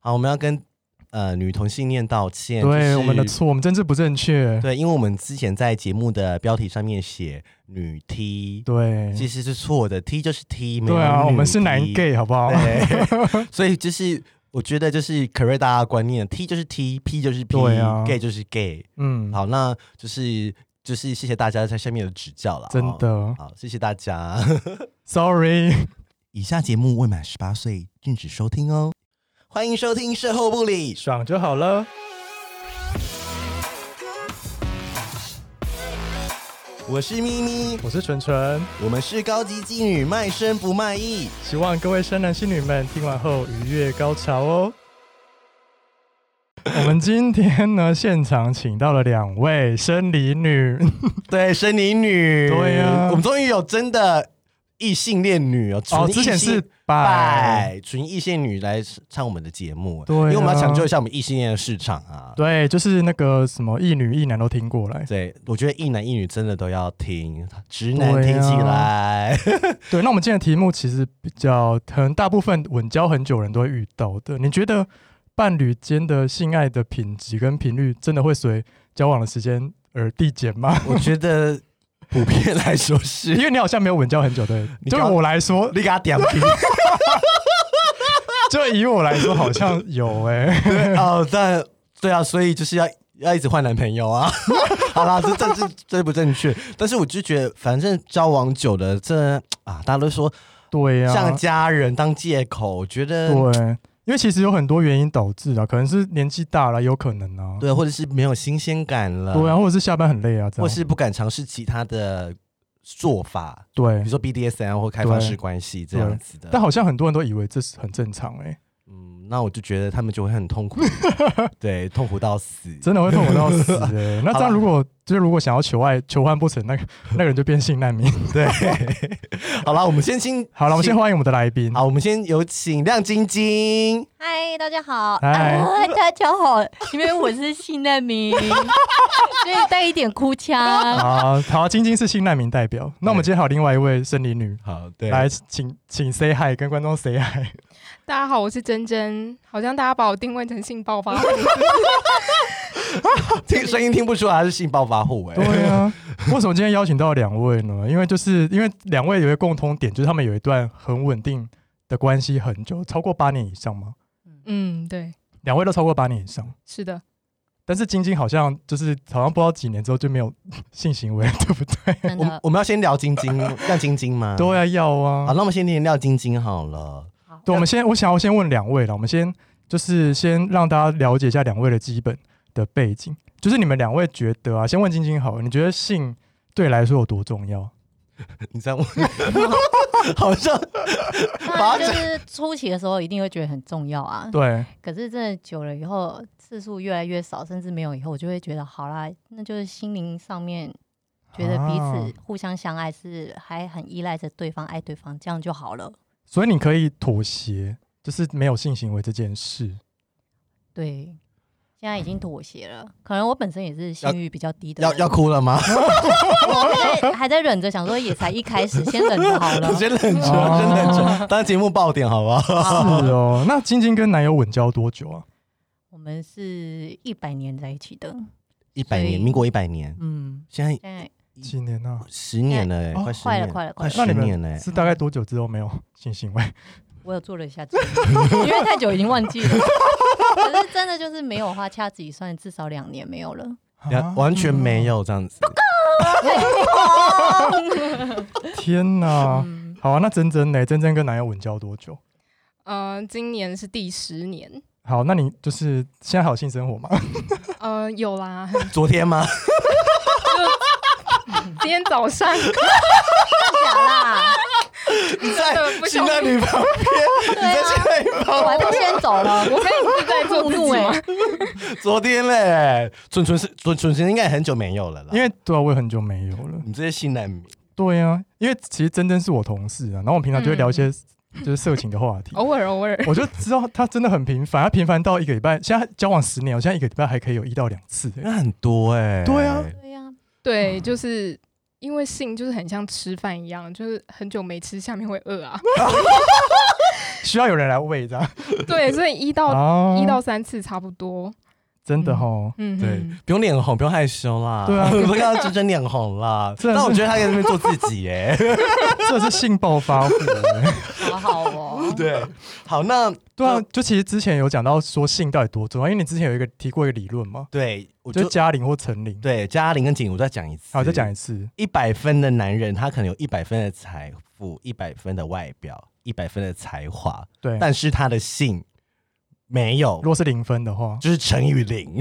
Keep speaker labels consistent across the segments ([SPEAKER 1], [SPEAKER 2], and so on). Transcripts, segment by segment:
[SPEAKER 1] 好，我们要跟呃女同性恋道歉，就是
[SPEAKER 2] 对我们的错，我们政治不正确。
[SPEAKER 1] 对，因为我们之前在节目的标题上面写女 T，
[SPEAKER 2] 对
[SPEAKER 1] 其实是错的，T 就是 T，没有
[SPEAKER 2] 对啊，
[SPEAKER 1] 女
[SPEAKER 2] 我们是男
[SPEAKER 1] T
[SPEAKER 2] gay 好不好？
[SPEAKER 1] 对，所以就是我觉得就是可瑞大家的观念，T 就是 T，P 就是 P，gay、
[SPEAKER 2] 对啊
[SPEAKER 1] 就是 gay。
[SPEAKER 2] 嗯，
[SPEAKER 1] 好，那就是就是谢谢大家在下面的指教了，
[SPEAKER 2] 真的、
[SPEAKER 1] 哦。好，谢谢大家。
[SPEAKER 2] s o r r y
[SPEAKER 1] 以下节目未满十八岁禁止收听哦。欢迎收听《售后不理》，
[SPEAKER 2] 爽就好了。
[SPEAKER 1] 我是咪咪，
[SPEAKER 2] 我是纯纯，
[SPEAKER 1] 我们是高级妓女，卖身不卖艺。
[SPEAKER 2] 希望各位生男性女们听完后愉悦高潮 哦。我们今天呢，现场请到了两位生理女，
[SPEAKER 1] 对，森林女，
[SPEAKER 2] 对啊
[SPEAKER 1] 我们终于有真的异性恋女哦，纯
[SPEAKER 2] 哦，
[SPEAKER 1] 异
[SPEAKER 2] 之前是
[SPEAKER 1] 性
[SPEAKER 2] 拜，
[SPEAKER 1] 拜纯异性女来唱我们的节目，
[SPEAKER 2] 对啊
[SPEAKER 1] 因为我们要抢救一下我们异性恋的市场啊。
[SPEAKER 2] 对，就是那个什么一女一男都听过来，
[SPEAKER 1] 对，我觉得一男一女真的都要听，直男
[SPEAKER 2] 对啊
[SPEAKER 1] 听起来，
[SPEAKER 2] 对，那我们今天的题目其实比较，可能大部分稳交很久人都会遇到的。你觉得伴侣间的性爱的品质跟频率，真的会随交往的时间而递减吗？
[SPEAKER 1] 我觉得普遍来说是
[SPEAKER 2] 因为你好像没有稳交很久对，
[SPEAKER 1] 你
[SPEAKER 2] 对
[SPEAKER 1] 刚
[SPEAKER 2] 我来说，
[SPEAKER 1] 你给他点评
[SPEAKER 2] 就以我来说好像有哎、
[SPEAKER 1] 哦，但对啊，所以就是要要一直换男朋友啊。 好啦，这政治这不正确，但是我就觉得，反正交往久了，这啊，大家都说
[SPEAKER 2] 对呀、
[SPEAKER 1] 像家人当借口，我觉得
[SPEAKER 2] 对，啊因为其实有很多原因导致啊，可能是年纪大了，有可能啊，
[SPEAKER 1] 对，或者是没有新鲜感了，
[SPEAKER 2] 对啊，或者是下班很累啊，这
[SPEAKER 1] 或
[SPEAKER 2] 样，
[SPEAKER 1] 是不敢尝试其他的做法，比
[SPEAKER 2] 对
[SPEAKER 1] 如。说 BDSM 或开放式关系这样子
[SPEAKER 2] 但
[SPEAKER 1] 的。
[SPEAKER 2] 好像很多人都以为这是很正常哎、
[SPEAKER 1] 嗯，那我就觉得他们就会很痛 苦，对，痛苦到死。
[SPEAKER 2] 真的会痛苦到 死、欸。那这样如果就是如果想要求爱求欢不成，那个那个人就变性难 民。
[SPEAKER 1] 对，好了，我们先进，
[SPEAKER 2] 好了，我们先欢迎我们的来宾。
[SPEAKER 1] 好，我们先有请亮晶晶。
[SPEAKER 3] 嗨，大家好！
[SPEAKER 2] 嗨
[SPEAKER 3] 啊，大家好，因为我是新难民， 所以带一点哭 腔。
[SPEAKER 2] 好，啊好，晶晶是新难民代表。那我们今天还有另外一位生理女，
[SPEAKER 1] 好，对
[SPEAKER 2] 来，请请 say hi，跟观众 say hi。
[SPEAKER 4] 大家好，我是珍珍，好像大家把我定位成性爆发户，
[SPEAKER 1] 听声音听不出来他是性暴发户哎、
[SPEAKER 2] 对啊，为什么今天邀请到两位呢？因为就是因为两位有一个共通点，就是他们有一段很稳定的关系很久，超过八年以上嘛。
[SPEAKER 4] 嗯，对，
[SPEAKER 2] 两位都超过八年以上，
[SPEAKER 4] 是的，
[SPEAKER 2] 但是晶晶好像就是好像不知道几年之后就没有 性行为了，对不对？
[SPEAKER 3] 真
[SPEAKER 1] 我们
[SPEAKER 3] 的，
[SPEAKER 1] 我们要先聊晶晶， 亮晶晶吗？
[SPEAKER 2] 对啊，要啊。
[SPEAKER 1] 好，那我们先听廖晶晶好了。
[SPEAKER 2] 对，我们先，我想要先问两位了，我们先就是先让大家了解一下两位的基本的背景，就是你们两位觉得啊，先问晶晶好了，你觉得性对你来说有多重要？
[SPEAKER 1] 你 这样问，好像
[SPEAKER 3] 那就是初期的时候一定会觉得很重要啊。
[SPEAKER 2] 对，
[SPEAKER 3] 可是真的久了以后，次数越来越少，甚至没有以后，我就会觉得好啦，那就是心灵上面觉得彼
[SPEAKER 2] 啊
[SPEAKER 3] 此互相相爱是还很依赖着对方，爱对方，这样就好了。
[SPEAKER 2] 所以你可以妥协，就是没有性行为这件事。
[SPEAKER 3] 对，现在已经妥协了。可能我本身也是性欲比较低的
[SPEAKER 1] 要
[SPEAKER 3] 人，
[SPEAKER 1] 要哭了吗？。
[SPEAKER 3] 我还在还在忍着，想说也才一开始，先忍着好 了
[SPEAKER 1] 先忍住，
[SPEAKER 2] 哦
[SPEAKER 1] 先忍住，当节目爆点好不好？
[SPEAKER 2] 是哦，那晶晶跟男友稳交多久啊？
[SPEAKER 3] 我们是一百年在一起的，
[SPEAKER 1] 一百年，民国一百年，
[SPEAKER 3] 嗯，
[SPEAKER 1] 现在
[SPEAKER 3] 现在
[SPEAKER 2] 几年啊？
[SPEAKER 1] 十年了、欸，
[SPEAKER 2] 哦
[SPEAKER 1] 快十年，
[SPEAKER 3] 快了快了
[SPEAKER 1] 快
[SPEAKER 2] 那
[SPEAKER 1] 十
[SPEAKER 2] 你
[SPEAKER 1] 年了、
[SPEAKER 2] 们啊
[SPEAKER 1] 欸。
[SPEAKER 2] 是大概多久之后没有性行为？
[SPEAKER 3] 我有做了一下记录，因为 太久已经忘记了。可是真的就是没有的话，掐指一算，至少两年没有了。
[SPEAKER 2] 啊
[SPEAKER 1] 两完全没有这样子，
[SPEAKER 2] 天哪！
[SPEAKER 3] 嗯，
[SPEAKER 2] 好啊，那珍珍呢？珍珍跟男友稳交多久？
[SPEAKER 4] 嗯、今年是第十年，
[SPEAKER 2] 好，那你就是现在还有性生 活吗？
[SPEAKER 4] 呃，有啦，
[SPEAKER 1] 昨天吗？
[SPEAKER 4] 今天早上
[SPEAKER 3] 假啦，
[SPEAKER 1] 你在
[SPEAKER 4] 真的不
[SPEAKER 1] 新
[SPEAKER 4] 想
[SPEAKER 1] 的女旁边，你在 新的女
[SPEAKER 3] 我
[SPEAKER 1] 旁
[SPEAKER 3] 还不先走了。
[SPEAKER 4] 我可以自在做自己吗？
[SPEAKER 1] 边，昨天嘞、纯纯是纯纯纯应该很久没有了啦，
[SPEAKER 2] 因为对啊，我也很久没有了。
[SPEAKER 1] 你这些新男
[SPEAKER 2] 对啊，因为其实珍珍是我同事啊，然后我们平常就会聊一些就
[SPEAKER 4] 嗯
[SPEAKER 2] 是色情的话题。
[SPEAKER 4] 偶尔偶尔，
[SPEAKER 2] 我就知道他真的很频繁，他频繁到一个礼拜，现在交往十年，我现在一个礼拜还可以有一到两 次、欸。
[SPEAKER 1] 那很多哎、
[SPEAKER 2] 对啊
[SPEAKER 3] 对呀、
[SPEAKER 4] 对，就是因为性就是很像吃饭一样，就是很久没吃，下面会饿啊，
[SPEAKER 2] 需要有人来喂这样。
[SPEAKER 4] 对，所以一到
[SPEAKER 2] 哦
[SPEAKER 4] 一到三次差不多。
[SPEAKER 2] 真的哦吼，
[SPEAKER 4] 嗯，
[SPEAKER 1] 对
[SPEAKER 4] 嗯，
[SPEAKER 1] 不用脸红，不用害羞啦。
[SPEAKER 2] 对啊
[SPEAKER 1] 不要真真脸红啦。
[SPEAKER 2] 真的是
[SPEAKER 1] 但我觉得他在那边做自己欸 耶、。
[SPEAKER 2] 这是性暴发户。欸
[SPEAKER 3] 好好哦
[SPEAKER 1] 对，好，那
[SPEAKER 2] 对啊，就其实之前有讲到说性到底多重要，因为你之前有一个提过一个理论嘛，
[SPEAKER 1] 对我
[SPEAKER 2] 就
[SPEAKER 1] 就是
[SPEAKER 2] 嘉玲或陈琳。
[SPEAKER 1] 对嘉玲跟景，我再讲一次。
[SPEAKER 2] 好，再讲一次。
[SPEAKER 1] 一百分的男人，他可能有一百分的财富，一百分的外表，一百分的才华，
[SPEAKER 2] 对，
[SPEAKER 1] 但是他的性没有
[SPEAKER 2] 如，果是零分的话，
[SPEAKER 1] 就是乘以零，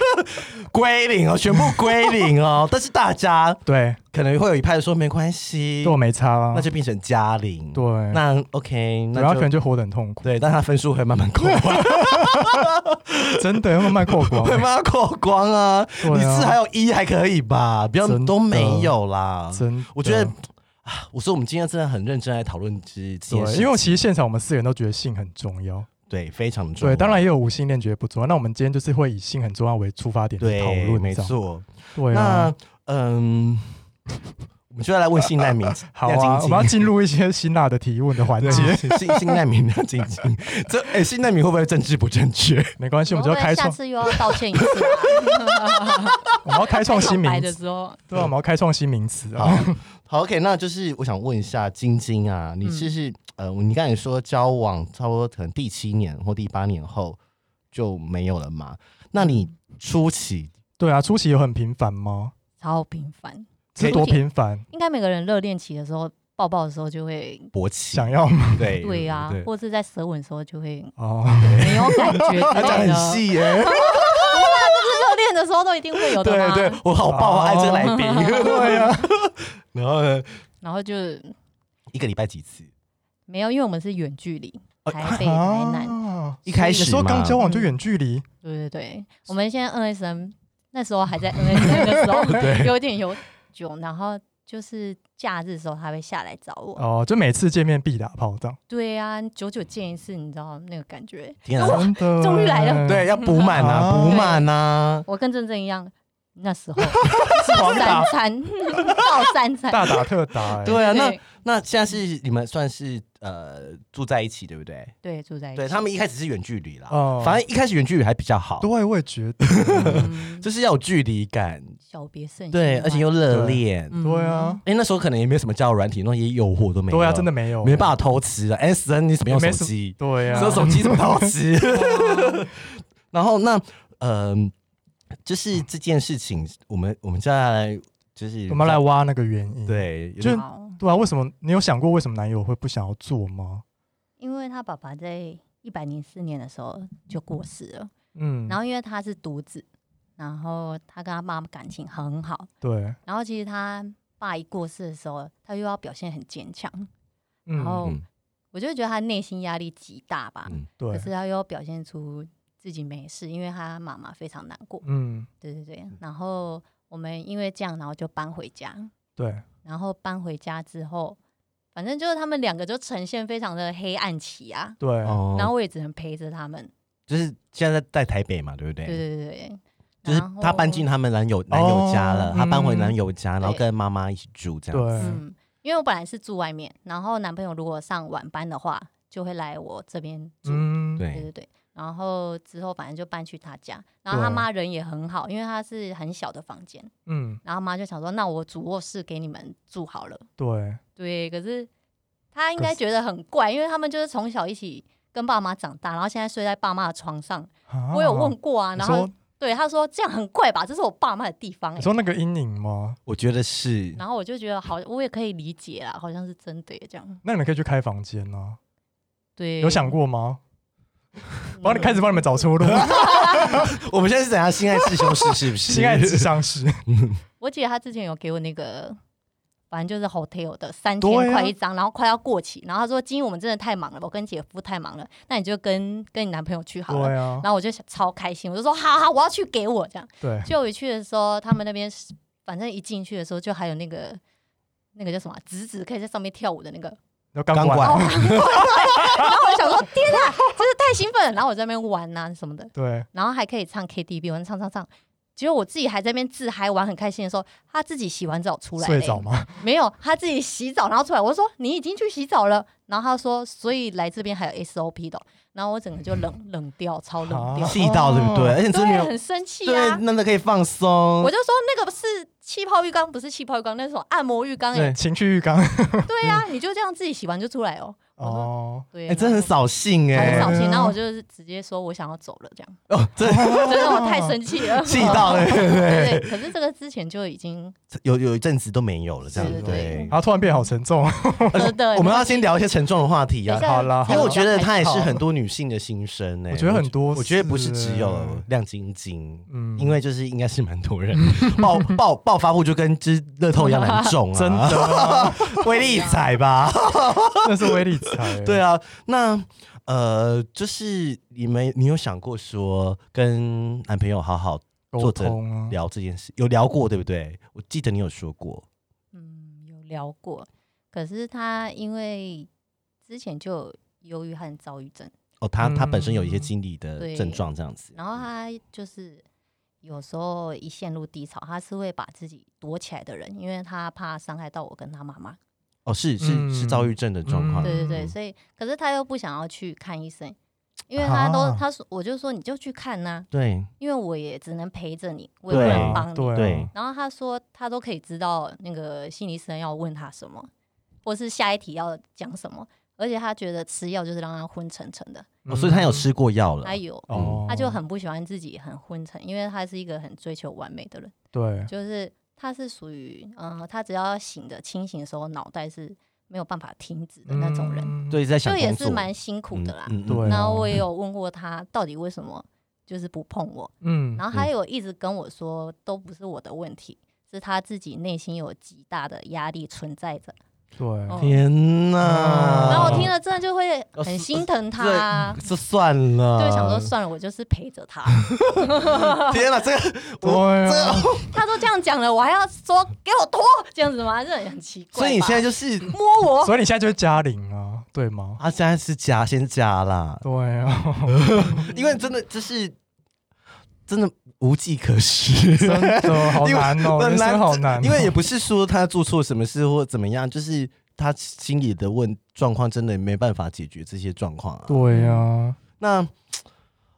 [SPEAKER 1] 归零哦，全部归零哦。但是大家
[SPEAKER 2] 对，
[SPEAKER 1] 可能会有一派说没关系
[SPEAKER 2] 对，我没差啊。
[SPEAKER 1] 那就变成嘉玲。
[SPEAKER 2] 对，
[SPEAKER 1] 那 OK，
[SPEAKER 2] 然
[SPEAKER 1] 那
[SPEAKER 2] 后可
[SPEAKER 1] 就
[SPEAKER 2] 能就活得很痛苦，
[SPEAKER 1] 对，但他分数会慢 慢扣啊光，
[SPEAKER 2] 真的要慢慢过 光
[SPEAKER 1] 会。慢慢扣光啊。
[SPEAKER 2] 对啊
[SPEAKER 1] 你四还有一还可以吧，不要
[SPEAKER 2] 真的
[SPEAKER 1] 都没有啦。
[SPEAKER 2] 真的，
[SPEAKER 1] 我觉得啊，我说我们今天真的很认真来讨论这这件
[SPEAKER 2] 对
[SPEAKER 1] 事，情，
[SPEAKER 2] 因为其实现场我们四个人都觉得性很重要，
[SPEAKER 1] 对非常重要。
[SPEAKER 2] 对，当然也有无性恋觉得不重要。那我们今天就是会以性很重要为出发点去讨
[SPEAKER 1] 对，
[SPEAKER 2] 论，
[SPEAKER 1] 没
[SPEAKER 2] 这样，
[SPEAKER 1] 错。
[SPEAKER 2] 对
[SPEAKER 1] 那。
[SPEAKER 2] 啊
[SPEAKER 1] 嗯，我们就要来问性难 民，
[SPEAKER 2] 好
[SPEAKER 1] 亮晶
[SPEAKER 2] 啊，我
[SPEAKER 1] 晶
[SPEAKER 2] 们要进入一些辛辣的提问的环节，
[SPEAKER 1] 对 性性难民要晶晶，这哎、性难民会不会政治不正确？
[SPEAKER 2] 没关系，我们就要开
[SPEAKER 3] 下
[SPEAKER 2] 创，
[SPEAKER 3] 次又要道歉一次吧。
[SPEAKER 2] 我们要开创新
[SPEAKER 3] 白
[SPEAKER 2] 名
[SPEAKER 3] 的
[SPEAKER 2] 词，
[SPEAKER 3] 时候，
[SPEAKER 2] 对啊，我们要开创新名词啊
[SPEAKER 1] 好。 好，OK，那就是我想问一下晶晶啊，你
[SPEAKER 2] 嗯
[SPEAKER 1] 是是、呃，你刚才说交往差不多可能第七年或第八年后就没有了嘛？那你
[SPEAKER 2] 嗯
[SPEAKER 1] 初期
[SPEAKER 2] 对啊，初期有很频繁吗？
[SPEAKER 3] 超频繁，
[SPEAKER 2] 是多频繁？
[SPEAKER 3] 应该每个人热恋期的时候，抱抱的时候就会，
[SPEAKER 1] 勃起，
[SPEAKER 2] 想要吗？
[SPEAKER 1] 对
[SPEAKER 3] 对呀、
[SPEAKER 1] 对
[SPEAKER 3] 或是在舌吻的时候就会
[SPEAKER 2] 哦，
[SPEAKER 3] 没有感觉之类
[SPEAKER 1] 他讲得
[SPEAKER 3] 的。
[SPEAKER 1] 很 细耶、
[SPEAKER 3] 热恋的时候都一定会有的
[SPEAKER 1] 对
[SPEAKER 3] 嘛。
[SPEAKER 1] 对，我好
[SPEAKER 2] 哦
[SPEAKER 1] 爆，我爱这个来宾，对啊呀、
[SPEAKER 2] 啊
[SPEAKER 1] 然后呢，
[SPEAKER 3] 然后就
[SPEAKER 1] 一个礼拜几次？
[SPEAKER 3] 没有，因为我们是远距离，
[SPEAKER 1] 哦
[SPEAKER 3] 台北、台南。
[SPEAKER 2] 啊
[SPEAKER 1] 一开始
[SPEAKER 2] 你说
[SPEAKER 1] 嘛
[SPEAKER 2] 刚交往就远距离，
[SPEAKER 3] 对对对，我们现在 NSM 那时候还在 NSM 的时候有点有久，然后就是假日的时候他会下来找我。
[SPEAKER 2] 哦，就每次见面必打炮仗，
[SPEAKER 3] 对啊，久久见一次，你知道那个感觉。
[SPEAKER 1] 天啊，
[SPEAKER 2] 真 的
[SPEAKER 3] 终于来了
[SPEAKER 1] 对，，要补满啊，
[SPEAKER 2] 哦啊
[SPEAKER 1] 补满 啊，
[SPEAKER 3] 我跟真正一样，那时候
[SPEAKER 1] 狂
[SPEAKER 3] 三
[SPEAKER 1] 打。
[SPEAKER 3] 餐到三餐。
[SPEAKER 2] 大打特打，哎
[SPEAKER 1] 对啊，那
[SPEAKER 3] 对
[SPEAKER 1] 那现在是你们算是呃住在一起，对不对？
[SPEAKER 3] 对住在一起，
[SPEAKER 1] 对他们一开始是远距离啦，
[SPEAKER 2] 哦
[SPEAKER 1] 反正一开始远距离还比较好，
[SPEAKER 2] 对，我也觉 得，
[SPEAKER 3] 嗯
[SPEAKER 1] 就是要有距离感，
[SPEAKER 3] 小别胜新
[SPEAKER 1] 对，
[SPEAKER 3] 婚
[SPEAKER 1] 而且又热恋。
[SPEAKER 3] 嗯
[SPEAKER 2] 对啊，
[SPEAKER 1] 哎，那时候可能也没有什么交友软体，那些诱惑都没有，
[SPEAKER 2] 对啊，真的没有，
[SPEAKER 1] 没办法偷吃的。S 啊 N 你怎么用手
[SPEAKER 2] 也没什
[SPEAKER 1] 机？
[SPEAKER 2] 对啊
[SPEAKER 1] 只有，手机怎么偷吃？
[SPEAKER 3] 哇
[SPEAKER 1] 然后那嗯、就是这件事情，我们我们接下来就是
[SPEAKER 2] 我们来挖那个原因，，
[SPEAKER 1] 对，
[SPEAKER 2] 就
[SPEAKER 3] 好
[SPEAKER 2] 对啊，为什么你有想过为什么男友会不想要做吗？
[SPEAKER 3] 因为他爸爸在一百零四年的时候就过世了，
[SPEAKER 2] 嗯，
[SPEAKER 3] 然后因为他是独子，然后他跟他妈妈感情很好，
[SPEAKER 2] 对，
[SPEAKER 3] 然后其实他爸一过世的时候，他又要表现很坚强，然
[SPEAKER 2] 嗯，
[SPEAKER 3] 后
[SPEAKER 1] 嗯
[SPEAKER 3] 我就觉得他内心压力极大吧，
[SPEAKER 1] 嗯
[SPEAKER 2] 对
[SPEAKER 3] 可，是他又要表现出自己没事，因为他妈妈非常难过，
[SPEAKER 2] 嗯，
[SPEAKER 3] 对对对，然后我们因为这样，然后就搬回家，
[SPEAKER 2] 对，
[SPEAKER 3] 然后搬回家之后，反正就是他们两个就呈现非常的黑暗期啊，
[SPEAKER 2] 对，
[SPEAKER 1] 哦，
[SPEAKER 3] 然后我也只能陪着他们。
[SPEAKER 1] 就是现在在台北嘛，对不对？
[SPEAKER 3] 对对对对，
[SPEAKER 1] 就是
[SPEAKER 3] 然后
[SPEAKER 1] 她搬进他们男友男友家了，
[SPEAKER 2] 哦
[SPEAKER 1] 她搬回
[SPEAKER 2] 嗯
[SPEAKER 1] 男友家，然后跟妈妈一起住这样。
[SPEAKER 2] 对，
[SPEAKER 3] 嗯，因为我本来是住外面，然后男朋友如果上晚班的话，就会来我这边住。
[SPEAKER 2] 嗯，
[SPEAKER 3] 对
[SPEAKER 1] 对
[SPEAKER 3] 对对。然后之后反正就搬去他家，然后
[SPEAKER 2] 对
[SPEAKER 3] 他
[SPEAKER 2] 啊
[SPEAKER 3] 妈人也很好，因为他是很小的房间，
[SPEAKER 2] 嗯，
[SPEAKER 3] 然后妈就想说，那我主卧室给你们住好了。
[SPEAKER 2] 对，
[SPEAKER 3] 对，可是他应该
[SPEAKER 2] 可是
[SPEAKER 3] 觉得很怪，因为他们就是从小一起跟爸妈长大，然后现在睡在爸妈的床上。
[SPEAKER 2] 啊
[SPEAKER 3] 我有问，过啊，
[SPEAKER 2] 你
[SPEAKER 3] 然后
[SPEAKER 2] 说
[SPEAKER 3] 对他说这样很怪吧，这是我爸妈的地方、欸
[SPEAKER 2] 你。说那个阴影吗？
[SPEAKER 1] 我觉得是
[SPEAKER 3] 然后我就觉得好，我也可以理解啦，好像是真的耶这样。
[SPEAKER 2] 那你们可以去开房间啊，
[SPEAKER 3] 对，嗯
[SPEAKER 2] 有想过吗？帮你开始
[SPEAKER 3] 吧。
[SPEAKER 2] 帮你们找出 路，
[SPEAKER 1] 我们现在是怎样性爱自修室是不是？
[SPEAKER 2] 性爱智商是，
[SPEAKER 3] 我姐她之前有给我那个，反正就是 hotel 的三
[SPEAKER 2] 对
[SPEAKER 3] 千
[SPEAKER 2] 啊
[SPEAKER 3] 块一张，然后快要过期，然后她说今天我们真的太忙了，我跟姐夫太忙了，那你就跟跟你男朋友去 好了。
[SPEAKER 2] 对啊，
[SPEAKER 3] 然后我就想超开心，我就说好好，我要去给我这样。
[SPEAKER 2] 对，
[SPEAKER 3] 就一去的时候，他们那边是反正一进去的时候，就还有那个那个叫什么啊直直可以在上面跳舞的那个。
[SPEAKER 2] 要
[SPEAKER 1] 钢
[SPEAKER 2] 钢
[SPEAKER 1] 管
[SPEAKER 2] 管，
[SPEAKER 3] 哦 然后我就想说，天啊，真是太兴奋了。然后我在那边玩啊什么的，
[SPEAKER 2] 对，
[SPEAKER 3] 然后还可以唱 KTV，我唱唱唱，只有我自己还在那边自嗨玩很开心的时候，他自己洗完澡出来、
[SPEAKER 2] 睡
[SPEAKER 3] 欸，
[SPEAKER 2] 着吗？
[SPEAKER 3] 没有，他自己洗澡，然后出来，我说你已经去洗澡了，然后他说，所以来这边还有 SOP 的哦，然后我整个就冷 冷掉，超冷掉
[SPEAKER 2] 啊，
[SPEAKER 1] 气到对不对？
[SPEAKER 2] 哦
[SPEAKER 1] 而且真的没
[SPEAKER 3] 对，
[SPEAKER 1] 有
[SPEAKER 3] 很生气
[SPEAKER 1] 对嗯
[SPEAKER 3] 啊，，
[SPEAKER 1] 那那可以放松
[SPEAKER 3] 我。就说那个不是气泡浴缸，不是气泡浴缸，那是什么按摩浴缸哎、
[SPEAKER 2] 对，情趣浴缸
[SPEAKER 3] 对呀、你就这样自己洗完就出来哦，
[SPEAKER 2] 哦，
[SPEAKER 3] 对，
[SPEAKER 1] 哎，真的很扫兴
[SPEAKER 3] 很
[SPEAKER 1] 哎，
[SPEAKER 3] 扫兴，
[SPEAKER 2] 哎
[SPEAKER 3] 然后我就是直接说我想要走了，这样，
[SPEAKER 1] 哦，真的
[SPEAKER 3] 真的我太生气了，
[SPEAKER 1] 气到 了，对不对？
[SPEAKER 3] 对，可是这个之前就已经
[SPEAKER 1] 有有一阵子都没有了，这样
[SPEAKER 3] 是
[SPEAKER 1] 对
[SPEAKER 2] 然。后突然变好沉重。
[SPEAKER 3] 真的，
[SPEAKER 1] 哦我们要先聊一些沉重的话题啊
[SPEAKER 3] 等一，下
[SPEAKER 2] 好啦
[SPEAKER 3] 才
[SPEAKER 1] 因为我觉得
[SPEAKER 3] 比较
[SPEAKER 1] 她也
[SPEAKER 3] 开
[SPEAKER 1] 是
[SPEAKER 3] 心
[SPEAKER 1] 很多女性的心声呢。
[SPEAKER 2] 我觉得很多
[SPEAKER 1] 我觉得不是
[SPEAKER 2] 是
[SPEAKER 1] 只
[SPEAKER 2] 欸
[SPEAKER 1] 有亮晶晶，
[SPEAKER 2] 嗯
[SPEAKER 1] 因为就是应该是蛮 多人爆爆爆发户就跟之乐透一样难中啊，
[SPEAKER 2] 真的啊，
[SPEAKER 1] 威力彩吧？
[SPEAKER 2] 那是威力 彩。欸
[SPEAKER 1] 对啊，那呃，就是你们你有想过说跟男朋友好好
[SPEAKER 2] 沟
[SPEAKER 1] 作者
[SPEAKER 2] 通啊，
[SPEAKER 1] 聊这件事，有聊过对不对？我记得你有说过，
[SPEAKER 3] 嗯，有聊过，可是他因为之前就有忧郁和躁郁症，
[SPEAKER 1] 哦，他他本身有一些
[SPEAKER 2] 嗯
[SPEAKER 1] 经理的
[SPEAKER 3] 对
[SPEAKER 1] 症状这样子，
[SPEAKER 3] 然后他就是有时候一陷入低潮，他是会把自己躲起来的人，因为他怕伤害到我跟他妈妈。
[SPEAKER 1] 哦，是
[SPEAKER 2] 嗯
[SPEAKER 1] 是是躁郁症的状况，
[SPEAKER 3] 对对对，
[SPEAKER 1] 嗯
[SPEAKER 3] 所以可是他又不想要去看医生，因为他都、
[SPEAKER 2] 啊
[SPEAKER 3] 他说我就说你就去看呐、
[SPEAKER 1] 对
[SPEAKER 3] 因为我也只能陪着你，我也不
[SPEAKER 1] 对
[SPEAKER 3] 能帮你。
[SPEAKER 2] 对啊
[SPEAKER 1] 对，
[SPEAKER 3] 然后他说他都可以知道那个心理医生要问他什么，或是下一题要讲什么，而且他觉得吃药就是让他昏沉沉的，
[SPEAKER 1] 哦所以他有吃嗯过药了
[SPEAKER 3] 他，有。
[SPEAKER 2] 嗯哦，
[SPEAKER 3] 他就很不喜欢自己很昏沉，因为他是一个很追求完美的
[SPEAKER 1] 嗯
[SPEAKER 3] 人，
[SPEAKER 2] 对，
[SPEAKER 3] 就是他是属于，嗯、他只要醒的清醒的时候，脑袋是没有办法停止的那种人，
[SPEAKER 2] 人
[SPEAKER 1] 对，嗯在想
[SPEAKER 3] 就也
[SPEAKER 1] 工
[SPEAKER 3] 是
[SPEAKER 1] 作
[SPEAKER 3] 蛮辛苦的啦。
[SPEAKER 1] 嗯嗯嗯
[SPEAKER 2] 对啊
[SPEAKER 3] 然后我也有问过他到底为什么就是不碰我，
[SPEAKER 2] 嗯，
[SPEAKER 3] 然后他有一直跟我说都不是我的问题，是他自己内心有极大的压力存在着。
[SPEAKER 2] 对，
[SPEAKER 3] 哦
[SPEAKER 1] 天哪！
[SPEAKER 2] 嗯
[SPEAKER 3] 然后我听了真的就会
[SPEAKER 1] 哦要嗯
[SPEAKER 3] 很
[SPEAKER 1] 死
[SPEAKER 3] 心疼他啊，
[SPEAKER 1] 这算了，
[SPEAKER 3] 就想说算了，我就是陪着他。
[SPEAKER 1] 天哪，这 个
[SPEAKER 2] 对啊，
[SPEAKER 3] 他都这样讲了，我还要说给我脱这样子吗？这很奇怪吧。
[SPEAKER 1] 所以你现在就是
[SPEAKER 3] 摸我，
[SPEAKER 2] 所以你现在就是嘉玲啊，对吗？
[SPEAKER 1] 啊，现在是加先加啦，
[SPEAKER 2] 对 啊，
[SPEAKER 1] 因为真的就是真的无计可施，
[SPEAKER 2] 真的好难 哦，
[SPEAKER 1] 很
[SPEAKER 2] 人
[SPEAKER 1] 难
[SPEAKER 2] 生好难哦，
[SPEAKER 1] 因为也不是说他做错什么事或怎么样，就是他心里的问状况真的没办法解决这些状况啊。
[SPEAKER 2] 对 啊，
[SPEAKER 1] 那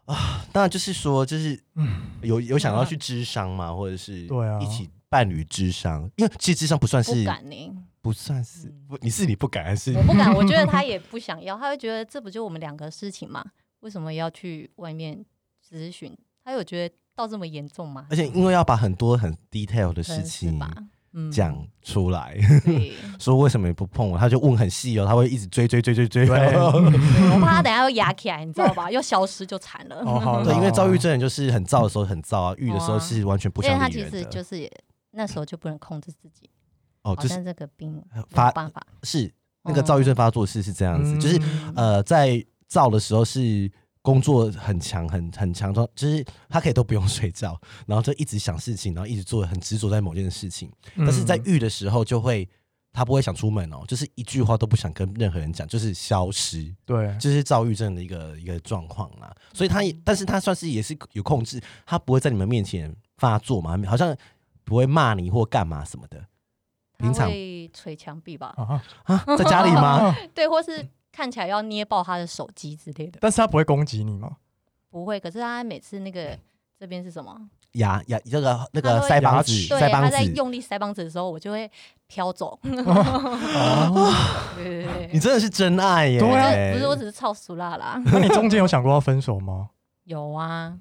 [SPEAKER 1] 啊，那就是说，就是
[SPEAKER 2] 嗯，
[SPEAKER 1] 有有想要去智商吗？或者是
[SPEAKER 2] 对啊
[SPEAKER 1] 一起伴侣智商？因为其实智商不算
[SPEAKER 3] 不
[SPEAKER 1] 是
[SPEAKER 3] 敢呢、
[SPEAKER 1] 不算是
[SPEAKER 3] 嗯
[SPEAKER 1] 不，你是你不敢还是
[SPEAKER 3] 我不敢。我觉得他也不想要，他会觉得这不就我们两个事情嘛？为什么要去外面咨询？他有觉得到这么严重吗？
[SPEAKER 1] 而且因为要把很多很 detail 的
[SPEAKER 3] 可
[SPEAKER 1] 哎事
[SPEAKER 3] 能是
[SPEAKER 1] 情
[SPEAKER 3] 吧，嗯，
[SPEAKER 1] 讲出来，
[SPEAKER 3] 对，
[SPEAKER 1] 说为什么你不碰我，他就问很细哦，他会一直追追追追 追。
[SPEAKER 2] 对
[SPEAKER 1] 对，
[SPEAKER 3] 对我怕他等下又压起来，你知道吧？又消失就惨了。
[SPEAKER 2] 好哦好，
[SPEAKER 1] 因
[SPEAKER 3] 哦
[SPEAKER 1] 为躁郁症人就是很躁的时候很躁啊，郁的时候是完 全不
[SPEAKER 3] 因为
[SPEAKER 1] 想
[SPEAKER 3] 他
[SPEAKER 1] 理
[SPEAKER 3] 其
[SPEAKER 1] 人的
[SPEAKER 3] 实就。是 也那时候就不能控制自己，
[SPEAKER 1] 哦，
[SPEAKER 3] 好
[SPEAKER 1] 就是
[SPEAKER 3] 像这个病没有
[SPEAKER 1] 发
[SPEAKER 3] 办嗯法。
[SPEAKER 1] 是那个躁郁症发作是是这样子，就是呃，在燥的时候是工作很强、很很强壮，就是他可以都不用睡觉，然后就一直想事情，然后一直做，很执着在某件事情。
[SPEAKER 2] 嗯，
[SPEAKER 1] 但是在
[SPEAKER 2] 嗯
[SPEAKER 1] 郁的时候，就会他不会想出门哦，就是一句话都不想跟任何人讲，就是消失，
[SPEAKER 2] 对
[SPEAKER 1] 这、是躁郁症的一个一个状况啦。
[SPEAKER 2] 嗯
[SPEAKER 1] 所以他也，但是他算是也是有控制，他不会在你们面前发作嘛，好像不会骂你或干嘛什么的平
[SPEAKER 3] 他
[SPEAKER 1] 常
[SPEAKER 3] 会捶墙壁吧？
[SPEAKER 2] 啊，
[SPEAKER 1] 啊，在家里吗？
[SPEAKER 2] 啊
[SPEAKER 3] 对，或是看起来要捏爆他的手机之类的，
[SPEAKER 2] 但是他不会攻击你嘛？
[SPEAKER 3] 不会。可是他每次那个这边是什么？
[SPEAKER 1] 牙牙这个那
[SPEAKER 3] 他
[SPEAKER 1] 个
[SPEAKER 3] 会
[SPEAKER 1] 腮帮子，
[SPEAKER 2] 牙齿
[SPEAKER 3] 对，
[SPEAKER 1] 腮帮
[SPEAKER 3] 他
[SPEAKER 1] 子
[SPEAKER 3] 在用力腮帮子的时候，我就会 飘走。 对对
[SPEAKER 1] 哦你
[SPEAKER 3] 对，
[SPEAKER 1] 真的是真爱耶！
[SPEAKER 2] 对啊
[SPEAKER 3] 不是，我只是超俗辣啦。
[SPEAKER 2] 那你中间有想过要分手吗？
[SPEAKER 3] 有啊，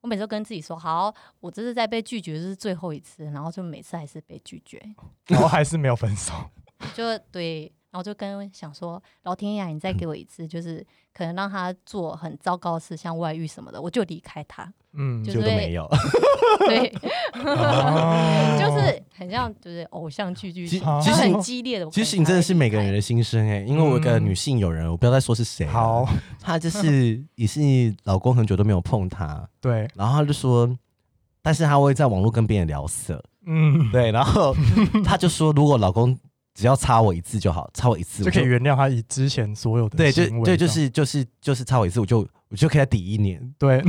[SPEAKER 3] 我每次都跟自己说，好，我这是在被拒绝，这是最后一次，然后就每次还是被拒绝，
[SPEAKER 1] 哦
[SPEAKER 2] 然后还是没有分 手，
[SPEAKER 3] 就对。然后就跟想说，老天爷啊，你再给我一次，就是可能让他做很糟糕的事，像外遇什么的，我就离开他。
[SPEAKER 2] 嗯，
[SPEAKER 3] 就
[SPEAKER 1] 就都没有。
[SPEAKER 3] 对，
[SPEAKER 2] 哦
[SPEAKER 3] 就是很像就是偶像剧剧情，
[SPEAKER 2] 其
[SPEAKER 1] 其
[SPEAKER 3] 就
[SPEAKER 1] 实
[SPEAKER 3] 很激烈的。我
[SPEAKER 1] 其
[SPEAKER 3] 可能
[SPEAKER 1] 实你真的是每个人
[SPEAKER 3] 才
[SPEAKER 1] 的心声哎，因为我有个
[SPEAKER 2] 嗯
[SPEAKER 1] 女性友人，我不要再说是谁，
[SPEAKER 2] 好，，
[SPEAKER 1] 她就是也是老公很久都没有碰她，
[SPEAKER 2] 对，
[SPEAKER 1] 然后她就说，但是她会在网络跟别人聊色，
[SPEAKER 2] 嗯，
[SPEAKER 1] 对，然后她就说，如果老公只要插我一次就好，插我一次
[SPEAKER 2] 就
[SPEAKER 1] 我
[SPEAKER 2] 可以原谅他以之前所有的
[SPEAKER 1] 对，就
[SPEAKER 2] 行为
[SPEAKER 1] 对，就
[SPEAKER 2] 这样
[SPEAKER 1] 是就是就是插我一次，我就我就可以再抵一年，
[SPEAKER 2] 对，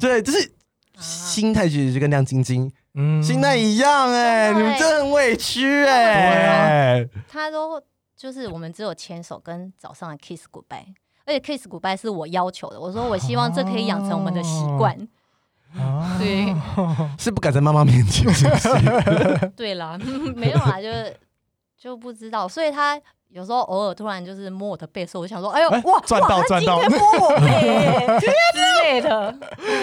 [SPEAKER 1] 对，就是心态其实就跟亮晶晶
[SPEAKER 2] 嗯
[SPEAKER 1] 心态一样哎、
[SPEAKER 3] 真
[SPEAKER 1] 你
[SPEAKER 3] 的欸
[SPEAKER 1] 们真的很委屈哎、
[SPEAKER 3] 他都就是我们只有牵手跟早上的 kiss goodbye，而且 kiss goodbye 是我要求的。我说我希望这可以养成我们的习
[SPEAKER 1] 哦
[SPEAKER 3] 惯。
[SPEAKER 2] 啊
[SPEAKER 3] 对
[SPEAKER 1] 是不敢在妈妈面前，是 不是？
[SPEAKER 3] 对啦， 没有啦，就是就不知道，所以他。有时候偶尔突然就是摸我的背的时候，我想说，哎呦
[SPEAKER 2] 哎
[SPEAKER 3] 哇，
[SPEAKER 2] 赚到
[SPEAKER 3] 哇他
[SPEAKER 2] 赚到
[SPEAKER 3] 今天摸我背耶之类的，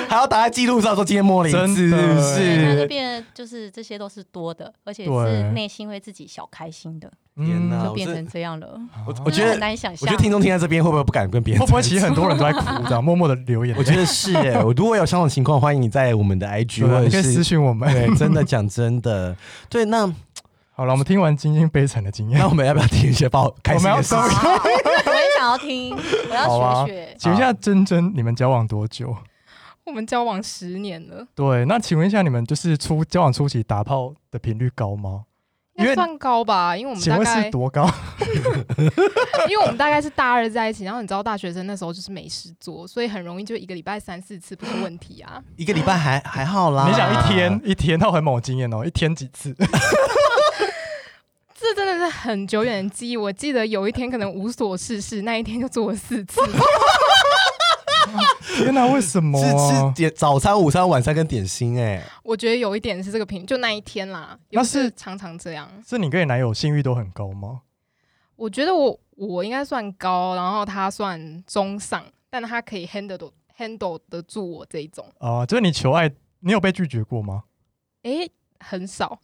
[SPEAKER 1] 还要打在记录上说今天摸了一次，
[SPEAKER 2] 真
[SPEAKER 1] 是不？
[SPEAKER 2] 的欸
[SPEAKER 3] 对，他就是变得就是这些都是多的，而且
[SPEAKER 2] 对
[SPEAKER 3] 是内心会自己小开心的，
[SPEAKER 1] 天哪啊
[SPEAKER 3] 就
[SPEAKER 1] 我
[SPEAKER 3] 变
[SPEAKER 1] 真
[SPEAKER 3] 成这样了，
[SPEAKER 1] 我
[SPEAKER 2] 我
[SPEAKER 1] 我觉
[SPEAKER 3] 真的
[SPEAKER 1] 得
[SPEAKER 3] 很难想象。
[SPEAKER 1] 我觉得听众听在这边会不会不敢跟别人
[SPEAKER 2] 嗯会不会
[SPEAKER 1] 在一
[SPEAKER 2] 其
[SPEAKER 1] 起
[SPEAKER 2] 实很多人都在 哭，这样默默的流眼泪？
[SPEAKER 1] 我觉得是 哎、我如果有相同情况，欢迎你在我们的 IG
[SPEAKER 2] 对啊
[SPEAKER 1] 或
[SPEAKER 2] 你可
[SPEAKER 1] 者
[SPEAKER 2] 以私
[SPEAKER 1] 是
[SPEAKER 2] 信我 们。
[SPEAKER 1] 对，真的讲真的，对，那
[SPEAKER 2] 好了，我们听完晶晶悲惨的经验
[SPEAKER 1] 那，我们要不要听一些报开心的事
[SPEAKER 2] 我们
[SPEAKER 3] 好
[SPEAKER 1] 情？
[SPEAKER 3] 好好我也想要听，我
[SPEAKER 2] 好啊
[SPEAKER 3] 要学学。
[SPEAKER 2] 请问一下珍珍，你们交往多久？
[SPEAKER 4] 我们交往十年了，
[SPEAKER 2] 对，那请问一下，你们就是初交往初期打炮的频率高吗？因
[SPEAKER 4] 应该
[SPEAKER 2] 为
[SPEAKER 4] 算高吧？因为我们
[SPEAKER 2] 请
[SPEAKER 4] 大
[SPEAKER 2] 问
[SPEAKER 4] 概
[SPEAKER 2] 是，多高？
[SPEAKER 4] 因为我们大概是大二在一起，然后你知道大学生那时候就是没事做，所以很容易就一个礼拜三四次不是问题啊。
[SPEAKER 1] 一个礼拜还还好啦，
[SPEAKER 2] 你想一天一天，他很猛的经验哦，一天几次？
[SPEAKER 4] 这真的是很久远的记忆，我记得有一天可能无所事事，那一天就做了四次。
[SPEAKER 2] 天哪，为什么
[SPEAKER 1] 是吃
[SPEAKER 2] 啊？
[SPEAKER 1] 点早餐、午餐、晚餐跟点心哎、
[SPEAKER 4] 我觉得有一点是这个频，就那一天啦，也
[SPEAKER 2] 那
[SPEAKER 4] 不是
[SPEAKER 2] 是
[SPEAKER 4] 常常这样。
[SPEAKER 2] 是你跟你男友性欲都很高吗？
[SPEAKER 4] 我觉得我我应该算高，然后他算中上，但他可以 handle 得 handle 得住我这一种，
[SPEAKER 2] 啊、就是你求爱，你有被拒绝过吗？
[SPEAKER 4] 诶、很少，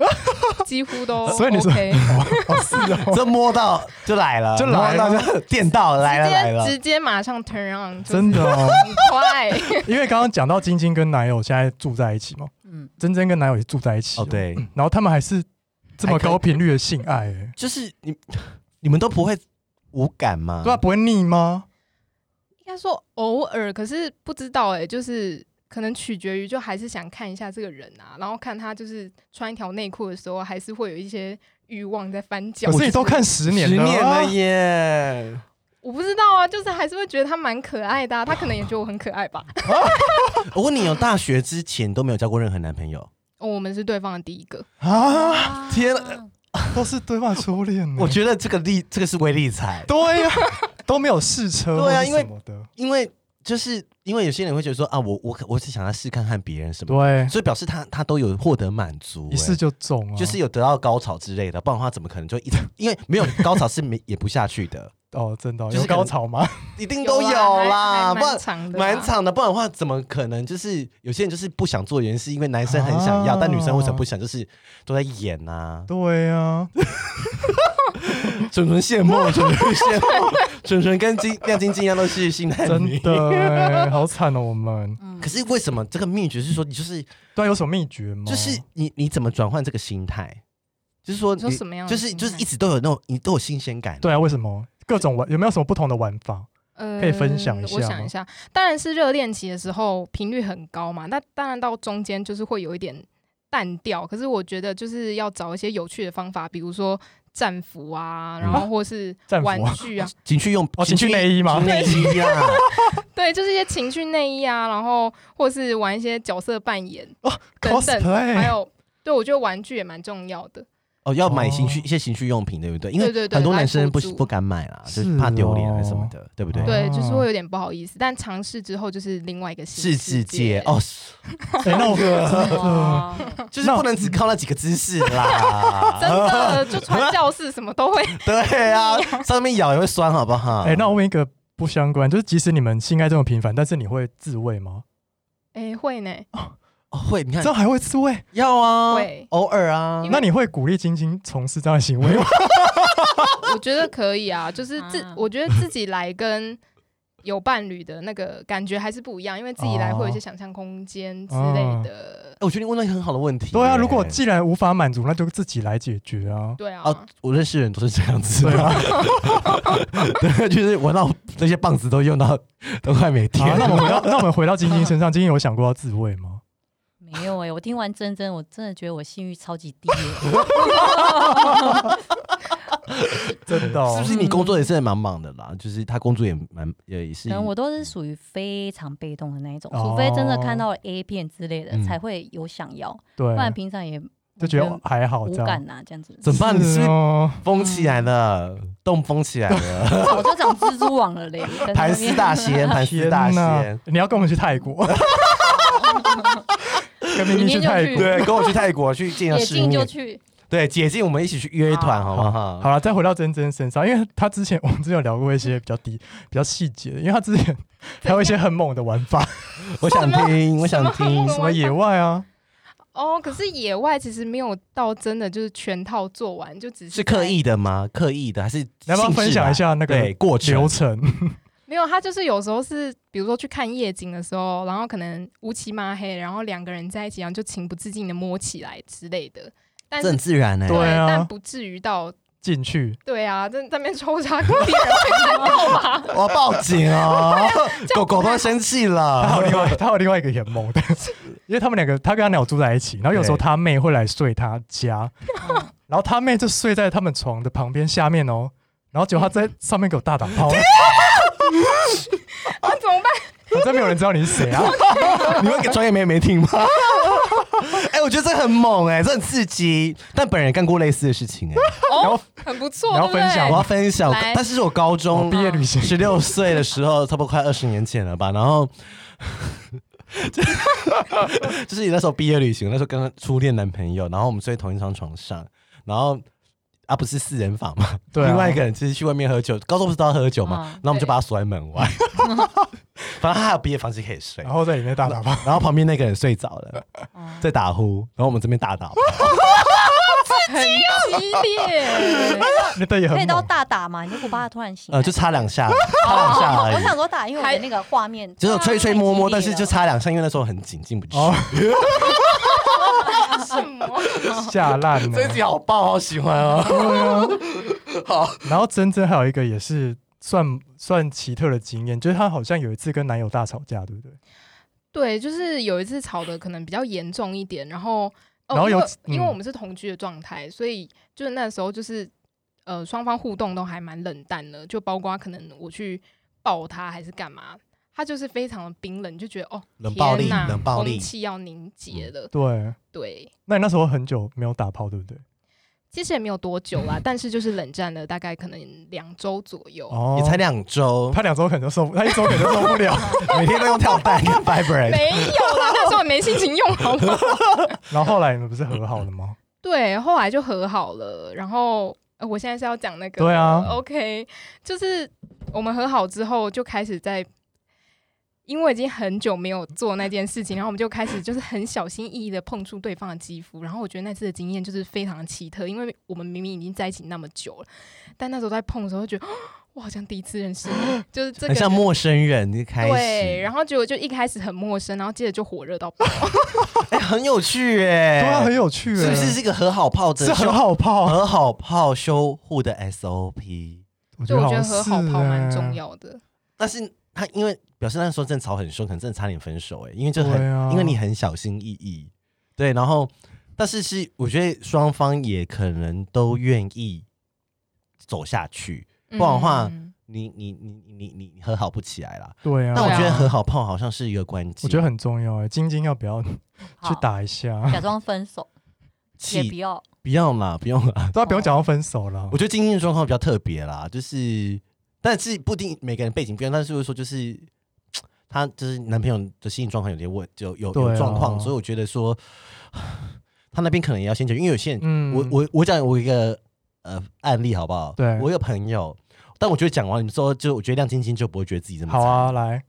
[SPEAKER 4] 几乎都 OK。
[SPEAKER 2] 所以你说哦，是哦，
[SPEAKER 1] 这摸到就来了，
[SPEAKER 2] 就来了
[SPEAKER 1] 摸到就电到了来了来了
[SPEAKER 4] 直接，直接马上 turn on，就是
[SPEAKER 2] 真的哦，
[SPEAKER 4] 很快。
[SPEAKER 2] 因为刚刚讲到晶晶跟男友现在住在一起嘛，
[SPEAKER 3] 嗯，
[SPEAKER 2] 珍珍跟男友也住在一起
[SPEAKER 1] 哦，对，
[SPEAKER 2] 然后他们还是这么
[SPEAKER 1] 还可以
[SPEAKER 2] 高频率的性爱、欸，
[SPEAKER 1] 就是你你们都不会无感吗？
[SPEAKER 2] 对啊，不会腻吗？
[SPEAKER 4] 应该说偶尔，可是不知道诶、就是可能取决于，就还是想看一下这个人啊，然后看他就是穿一条内裤的时候，还是会有一些欲望在
[SPEAKER 1] 哦
[SPEAKER 4] 翻搅。
[SPEAKER 2] 可是你都看十年了、啊，
[SPEAKER 1] 了耶！
[SPEAKER 4] 我不知道啊，就是还是会觉得他蛮可爱的、啊，他可能也觉得我很可爱吧。
[SPEAKER 1] 我问你，有大学之前都没有交过任何男朋友？
[SPEAKER 4] 哦我们是对方的第一个，
[SPEAKER 2] 啊，
[SPEAKER 1] 天
[SPEAKER 3] 啊
[SPEAKER 2] 都是对方的初恋呢、
[SPEAKER 1] 我觉得这个利这个是威力彩，
[SPEAKER 2] 对呀、都没有试车，
[SPEAKER 1] 对啊因为
[SPEAKER 2] 什么的，
[SPEAKER 1] 因为就是因为有些人会觉得说啊，我我可我只想要试看看别人什么，
[SPEAKER 2] 对，
[SPEAKER 1] 所以表示他他都有获得满足、
[SPEAKER 2] 一试
[SPEAKER 1] 哎
[SPEAKER 2] 就中啊，
[SPEAKER 1] 就是有得到高潮之类的，不然的话怎么可能就一直？ 因为没有高潮是没也不下去的，
[SPEAKER 2] 哦，真的哦、
[SPEAKER 1] 就是
[SPEAKER 2] 有
[SPEAKER 1] 可能
[SPEAKER 2] 高潮吗？
[SPEAKER 1] 一定 都
[SPEAKER 4] 有
[SPEAKER 1] 啦，
[SPEAKER 4] 啦，还还
[SPEAKER 1] 不然
[SPEAKER 4] 蛮长的啊，
[SPEAKER 1] 蛮长的，不然的话怎么可能？就是有些人就是不想做，原因是因为男生很想要，
[SPEAKER 2] 啊
[SPEAKER 1] 但女生为什么不想？就是都在演啊，
[SPEAKER 2] 对啊，
[SPEAKER 1] 纯纯羡慕，纯纯羡慕，纯纯跟金亮晶晶一样都是性男女
[SPEAKER 2] 真。的欸，好惨哦，我们
[SPEAKER 3] 嗯
[SPEAKER 1] 可是为什么这个秘诀是说你就是
[SPEAKER 2] 对啊有什么秘诀吗？
[SPEAKER 1] 就是你你怎么转换这个心态？就是说
[SPEAKER 4] 你说什么样的
[SPEAKER 1] 就是
[SPEAKER 4] 心态
[SPEAKER 1] 就是一直都有那种你都有新鲜感。
[SPEAKER 2] 对啊，为什么各种玩有没有什么不同的玩法？
[SPEAKER 4] 呃
[SPEAKER 2] 可以分享一下
[SPEAKER 4] 我
[SPEAKER 2] 吗
[SPEAKER 4] 想一下，当然是热恋期的时候频率很高嘛，那当然到中间就是会有一点淡掉。可是我觉得就是要找一些有趣的方法，比如说战服啊，然后或是
[SPEAKER 2] 战服啊
[SPEAKER 4] 玩具啊，
[SPEAKER 1] 情趣用
[SPEAKER 2] 哦情趣内衣吗
[SPEAKER 1] 情趣内衣啊，
[SPEAKER 4] 对，就是一些情趣内衣啊，然后或是玩一些角色扮演等等，
[SPEAKER 2] cosplay
[SPEAKER 4] 还有对我觉得玩具也蛮重要的。
[SPEAKER 1] 哦要买情趣
[SPEAKER 2] 哦
[SPEAKER 1] 一些情趣用品，对不对？因为
[SPEAKER 4] 对对对
[SPEAKER 1] 很多男生不
[SPEAKER 4] 来辅助
[SPEAKER 1] 不敢买啦，就是是怕丢脸
[SPEAKER 2] 哦
[SPEAKER 1] 还是什么的，对不对？
[SPEAKER 4] 对，
[SPEAKER 2] 哦
[SPEAKER 4] 就是会有点不好意思，但尝试之后就是另外一个新
[SPEAKER 1] 是
[SPEAKER 4] 世
[SPEAKER 1] 世界 哦，，是
[SPEAKER 2] 哎、那我
[SPEAKER 1] 啊
[SPEAKER 3] 哇
[SPEAKER 1] 就是不能只靠那几个姿势啦。
[SPEAKER 4] 真 的就传教士什么都会。
[SPEAKER 1] 对啊，上面咬也会酸，好不好？
[SPEAKER 2] 哎、那我问一个不相关，就是即使你们性爱这么频繁，但是你会自慰吗？
[SPEAKER 4] 哎、会呢，
[SPEAKER 1] 哦会，你看
[SPEAKER 2] 这还会自慰？
[SPEAKER 1] 要啊，
[SPEAKER 4] 会
[SPEAKER 1] 偶尔啊，
[SPEAKER 2] 那你会鼓励晶晶从事这样的 行为吗？
[SPEAKER 4] 我觉得可以啊，就是自
[SPEAKER 3] 啊，
[SPEAKER 4] 我觉得自己来跟有伴侣的那个感觉还是不一样，因为自己来会有一些想象空间之类的。
[SPEAKER 1] 哎我觉得你问到一个很好的问题耶。
[SPEAKER 2] 对啊，如果既然无法满足，那就自己来解决啊。
[SPEAKER 4] 对啊，
[SPEAKER 1] 哦，我认识的人都是这样子，
[SPEAKER 2] 对啊，
[SPEAKER 1] 对，就是闻到那些棒子都用到都快没电
[SPEAKER 2] 好、啊那
[SPEAKER 1] 了。
[SPEAKER 2] 我们回到那我们回到晶晶身上，晶晶有想过要自慰吗？
[SPEAKER 3] 没有欸哎，我听完真真，我真的觉得我性欲超级低耶，
[SPEAKER 2] 真的哦、
[SPEAKER 1] 是不是你工作也是很忙忙的啦？就是他工作也蛮也是
[SPEAKER 3] 可，能我都是属于非常被动的那一种，
[SPEAKER 2] 哦
[SPEAKER 3] 除非真的看到了 A 片之类的、
[SPEAKER 1] 嗯哦
[SPEAKER 3] 才会有想要，不然
[SPEAKER 2] 对，
[SPEAKER 3] 平常也
[SPEAKER 2] 就觉得
[SPEAKER 3] 完
[SPEAKER 2] 还好
[SPEAKER 3] 全无
[SPEAKER 2] 这样
[SPEAKER 3] 感。呐、这 样子。
[SPEAKER 1] 怎么办？你是不是
[SPEAKER 2] 哦，
[SPEAKER 1] 封起来了？洞封起来了？
[SPEAKER 3] 早就长蜘蛛网 了嘞，跟
[SPEAKER 1] 盘
[SPEAKER 3] 那
[SPEAKER 1] 丝
[SPEAKER 3] 边
[SPEAKER 1] 大仙，盘丝
[SPEAKER 2] 天
[SPEAKER 1] 大
[SPEAKER 2] 呐
[SPEAKER 1] 仙，，
[SPEAKER 2] 你要跟我们去泰 国，跟明明去泰
[SPEAKER 3] 明天就
[SPEAKER 2] 国。
[SPEAKER 1] 对，跟我去泰国去见
[SPEAKER 3] 也
[SPEAKER 1] 了世
[SPEAKER 3] 进就
[SPEAKER 1] 面，
[SPEAKER 3] 去，
[SPEAKER 1] 对，解禁我们一起去约团，好不好？
[SPEAKER 2] 好了，再回到珍珍身上，因为她之前我们之前有聊过一些比较低、 比较细节的，因为她之前还有一些很猛的玩 法，
[SPEAKER 1] 我想听，我想听
[SPEAKER 4] 什，
[SPEAKER 2] 什么野外啊，
[SPEAKER 4] 哦，可是野外其实没有到真的就是全套做完，就只
[SPEAKER 1] 是
[SPEAKER 4] 在
[SPEAKER 1] 刻意的吗？刻意的还是？
[SPEAKER 2] 你要不要分享一？下那
[SPEAKER 1] 啊对，
[SPEAKER 2] 个
[SPEAKER 1] 过
[SPEAKER 2] 流
[SPEAKER 1] 程
[SPEAKER 2] 程？
[SPEAKER 4] 没有，他就是有时候是，比如说去看夜景的时候，然后可能乌漆嘛黑，然后两个人在一起，然后就情不自禁的摸起来之类的。但
[SPEAKER 1] 这
[SPEAKER 4] 是
[SPEAKER 1] 很自然哎，
[SPEAKER 2] 对啊
[SPEAKER 4] 但不至于到
[SPEAKER 2] 进去
[SPEAKER 4] 对啊，在在那边抽查 跟别人会看到吧？
[SPEAKER 1] 我要报警 哦，狗狗都生气
[SPEAKER 2] 他还
[SPEAKER 1] 了。
[SPEAKER 2] 有 另外，他还有另外一个也很猛的，因为他们两个，他跟他鸟住在一起，然后有时候他妹会来睡他家，然后他妹就睡在他们床的旁边下面哦，然后结果他在上面给我大打炮，
[SPEAKER 4] 啊，怎么办？
[SPEAKER 2] 反正没有人知道你是 谁啊，
[SPEAKER 1] 你会给专业妹妹听吗？ 哎，我觉得这很猛哎，这很刺激。但本人干过类似的事 情哎，
[SPEAKER 4] 哦，很不错，
[SPEAKER 2] 你要
[SPEAKER 4] 对不对
[SPEAKER 2] 分享
[SPEAKER 1] 我要分享
[SPEAKER 4] 来，
[SPEAKER 1] 但是是我高
[SPEAKER 2] 我
[SPEAKER 1] 中
[SPEAKER 2] 哦毕业旅行，
[SPEAKER 1] 十六岁的时候，差不多快二十年前了吧。然后 就就是你那时候毕业旅行，那时候跟初恋男朋友，然后我们睡同一张床上，然后啊不是四人房嘛，
[SPEAKER 2] 对啊
[SPEAKER 1] 另外一个人其实去外面喝酒，高中不是都要喝酒嘛，
[SPEAKER 3] 嗯
[SPEAKER 1] 然后我们就把他锁在门外， 反正他还有毕业房间可以睡
[SPEAKER 2] 然。后在里面 大打炮，
[SPEAKER 1] 然后旁边那个人睡着了，
[SPEAKER 4] 嗯
[SPEAKER 3] 哦
[SPEAKER 1] 在打呼，然后我们这边大 打呼，
[SPEAKER 4] 很激 烈，
[SPEAKER 2] 那对也很
[SPEAKER 3] 可以到
[SPEAKER 2] 猛，
[SPEAKER 3] 大打嘛？你如果把他突然醒来，哦
[SPEAKER 1] 呃，就擦两下，
[SPEAKER 4] 哦
[SPEAKER 1] 擦两下而
[SPEAKER 3] 我
[SPEAKER 1] 已，
[SPEAKER 3] 想说打，因为我的那个画面
[SPEAKER 1] 就是吹吹摸摸，但是就
[SPEAKER 3] 差
[SPEAKER 1] 擦两下，因为那时候很紧，进不去。
[SPEAKER 2] 哦，
[SPEAKER 4] 什么？
[SPEAKER 2] 吓烂了
[SPEAKER 1] 这一。集好棒，好喜欢
[SPEAKER 2] 啊
[SPEAKER 1] 哦！
[SPEAKER 2] 然后珍珍还有一个也是算算奇特的经验，就是她好像有一次跟男友大吵架，对不对？
[SPEAKER 4] 对，就是有一次吵的可能比较严重一点，然后哦，
[SPEAKER 2] 然后
[SPEAKER 4] 因
[SPEAKER 2] 有
[SPEAKER 4] 为
[SPEAKER 2] 嗯
[SPEAKER 4] 因为我们是同居的状态，所以就是那时候就是呃双方互动都还蛮冷淡的，就包括可能我去抱他还是干嘛，他就是非常的冰冷，就觉得哦
[SPEAKER 1] 冷暴力
[SPEAKER 4] 天哪
[SPEAKER 1] 冷暴力
[SPEAKER 4] 空气要凝结了。
[SPEAKER 2] 对，
[SPEAKER 4] 对，
[SPEAKER 2] 那你那时候很久没有打炮，对不对？
[SPEAKER 4] 其实也没有多久啦，但是就是冷战了大概可能两周左右。
[SPEAKER 2] 哦
[SPEAKER 1] 也才两 周，
[SPEAKER 2] 他两周可能就受不，他一周可能就受不了。
[SPEAKER 1] 每天都用跳蛋跟 vibrate，
[SPEAKER 4] 没有啦，那时候也没心情用，好吗？
[SPEAKER 2] 然后后来你们不是和好了吗？
[SPEAKER 4] 对，后来就和好了。然后、呃、我现在是要讲那 个，
[SPEAKER 2] 对啊
[SPEAKER 4] ，OK，就是我们和好之后就开始在，因为已经很久没有做那件事情，然后我们就开始就是很小心翼翼的碰触对方的肌肤。然后我觉得那次的经验就是非常的奇特，因为我们明明已经在一起那么久了，但那时候在碰的时候就觉得， 我好像第一次认识 你，就是这个
[SPEAKER 1] 很像陌生人一开
[SPEAKER 4] 对，
[SPEAKER 1] 始，
[SPEAKER 4] 然后结果就一开始很陌生，然后接着就火热到爆。
[SPEAKER 1] 哎，很有趣
[SPEAKER 2] 对啊，
[SPEAKER 1] 哎
[SPEAKER 2] 很，有趣欸，
[SPEAKER 1] 是不是这个和好炮的
[SPEAKER 2] 是
[SPEAKER 1] 修
[SPEAKER 2] 很哦好泡？
[SPEAKER 1] 和好炮修护的 SOP？
[SPEAKER 2] 我
[SPEAKER 4] 就我觉
[SPEAKER 2] 像
[SPEAKER 4] 得和好
[SPEAKER 2] 是
[SPEAKER 4] 泡蛮
[SPEAKER 2] 欸
[SPEAKER 1] 啊
[SPEAKER 4] 重。要的。
[SPEAKER 1] 但是他因为表示那时候正吵很凶，可能真的差点分手哎，因为就
[SPEAKER 2] 对
[SPEAKER 1] 很
[SPEAKER 2] 啊，
[SPEAKER 1] 因为你很小心翼翼，对，然后但是是我觉得双方也可能都愿意走下去，不然的话
[SPEAKER 4] 嗯
[SPEAKER 1] 你你你你你你和好不起来啦。
[SPEAKER 2] 对啊，
[SPEAKER 1] 但我觉
[SPEAKER 4] 对
[SPEAKER 1] 得
[SPEAKER 4] 啊
[SPEAKER 1] 和好炮好像是一个关键，
[SPEAKER 2] 我觉得很重要哎，晶晶要不要 去打一下？
[SPEAKER 3] 假装 分手，也不
[SPEAKER 1] 气
[SPEAKER 3] 要
[SPEAKER 1] 不要啦，不用啦。
[SPEAKER 2] 大家不用讲到分手了
[SPEAKER 1] 我，觉得今天的状况比较特别啦，就是，但是不一定每个人背景不一样，但是就是说就是，她就是男朋友的心理状况有点问，有有
[SPEAKER 2] 对啊
[SPEAKER 1] 有状况，所以我觉得说，他那边可能也要先解决，因为有些人，
[SPEAKER 2] 嗯
[SPEAKER 1] 我我我讲我一个呃案例好不好？
[SPEAKER 2] 对
[SPEAKER 1] 我有朋友，但我觉得讲完你们之后，就我觉得亮晶晶就不会觉得自己这么
[SPEAKER 2] 好啊，
[SPEAKER 1] 惨，
[SPEAKER 2] 来，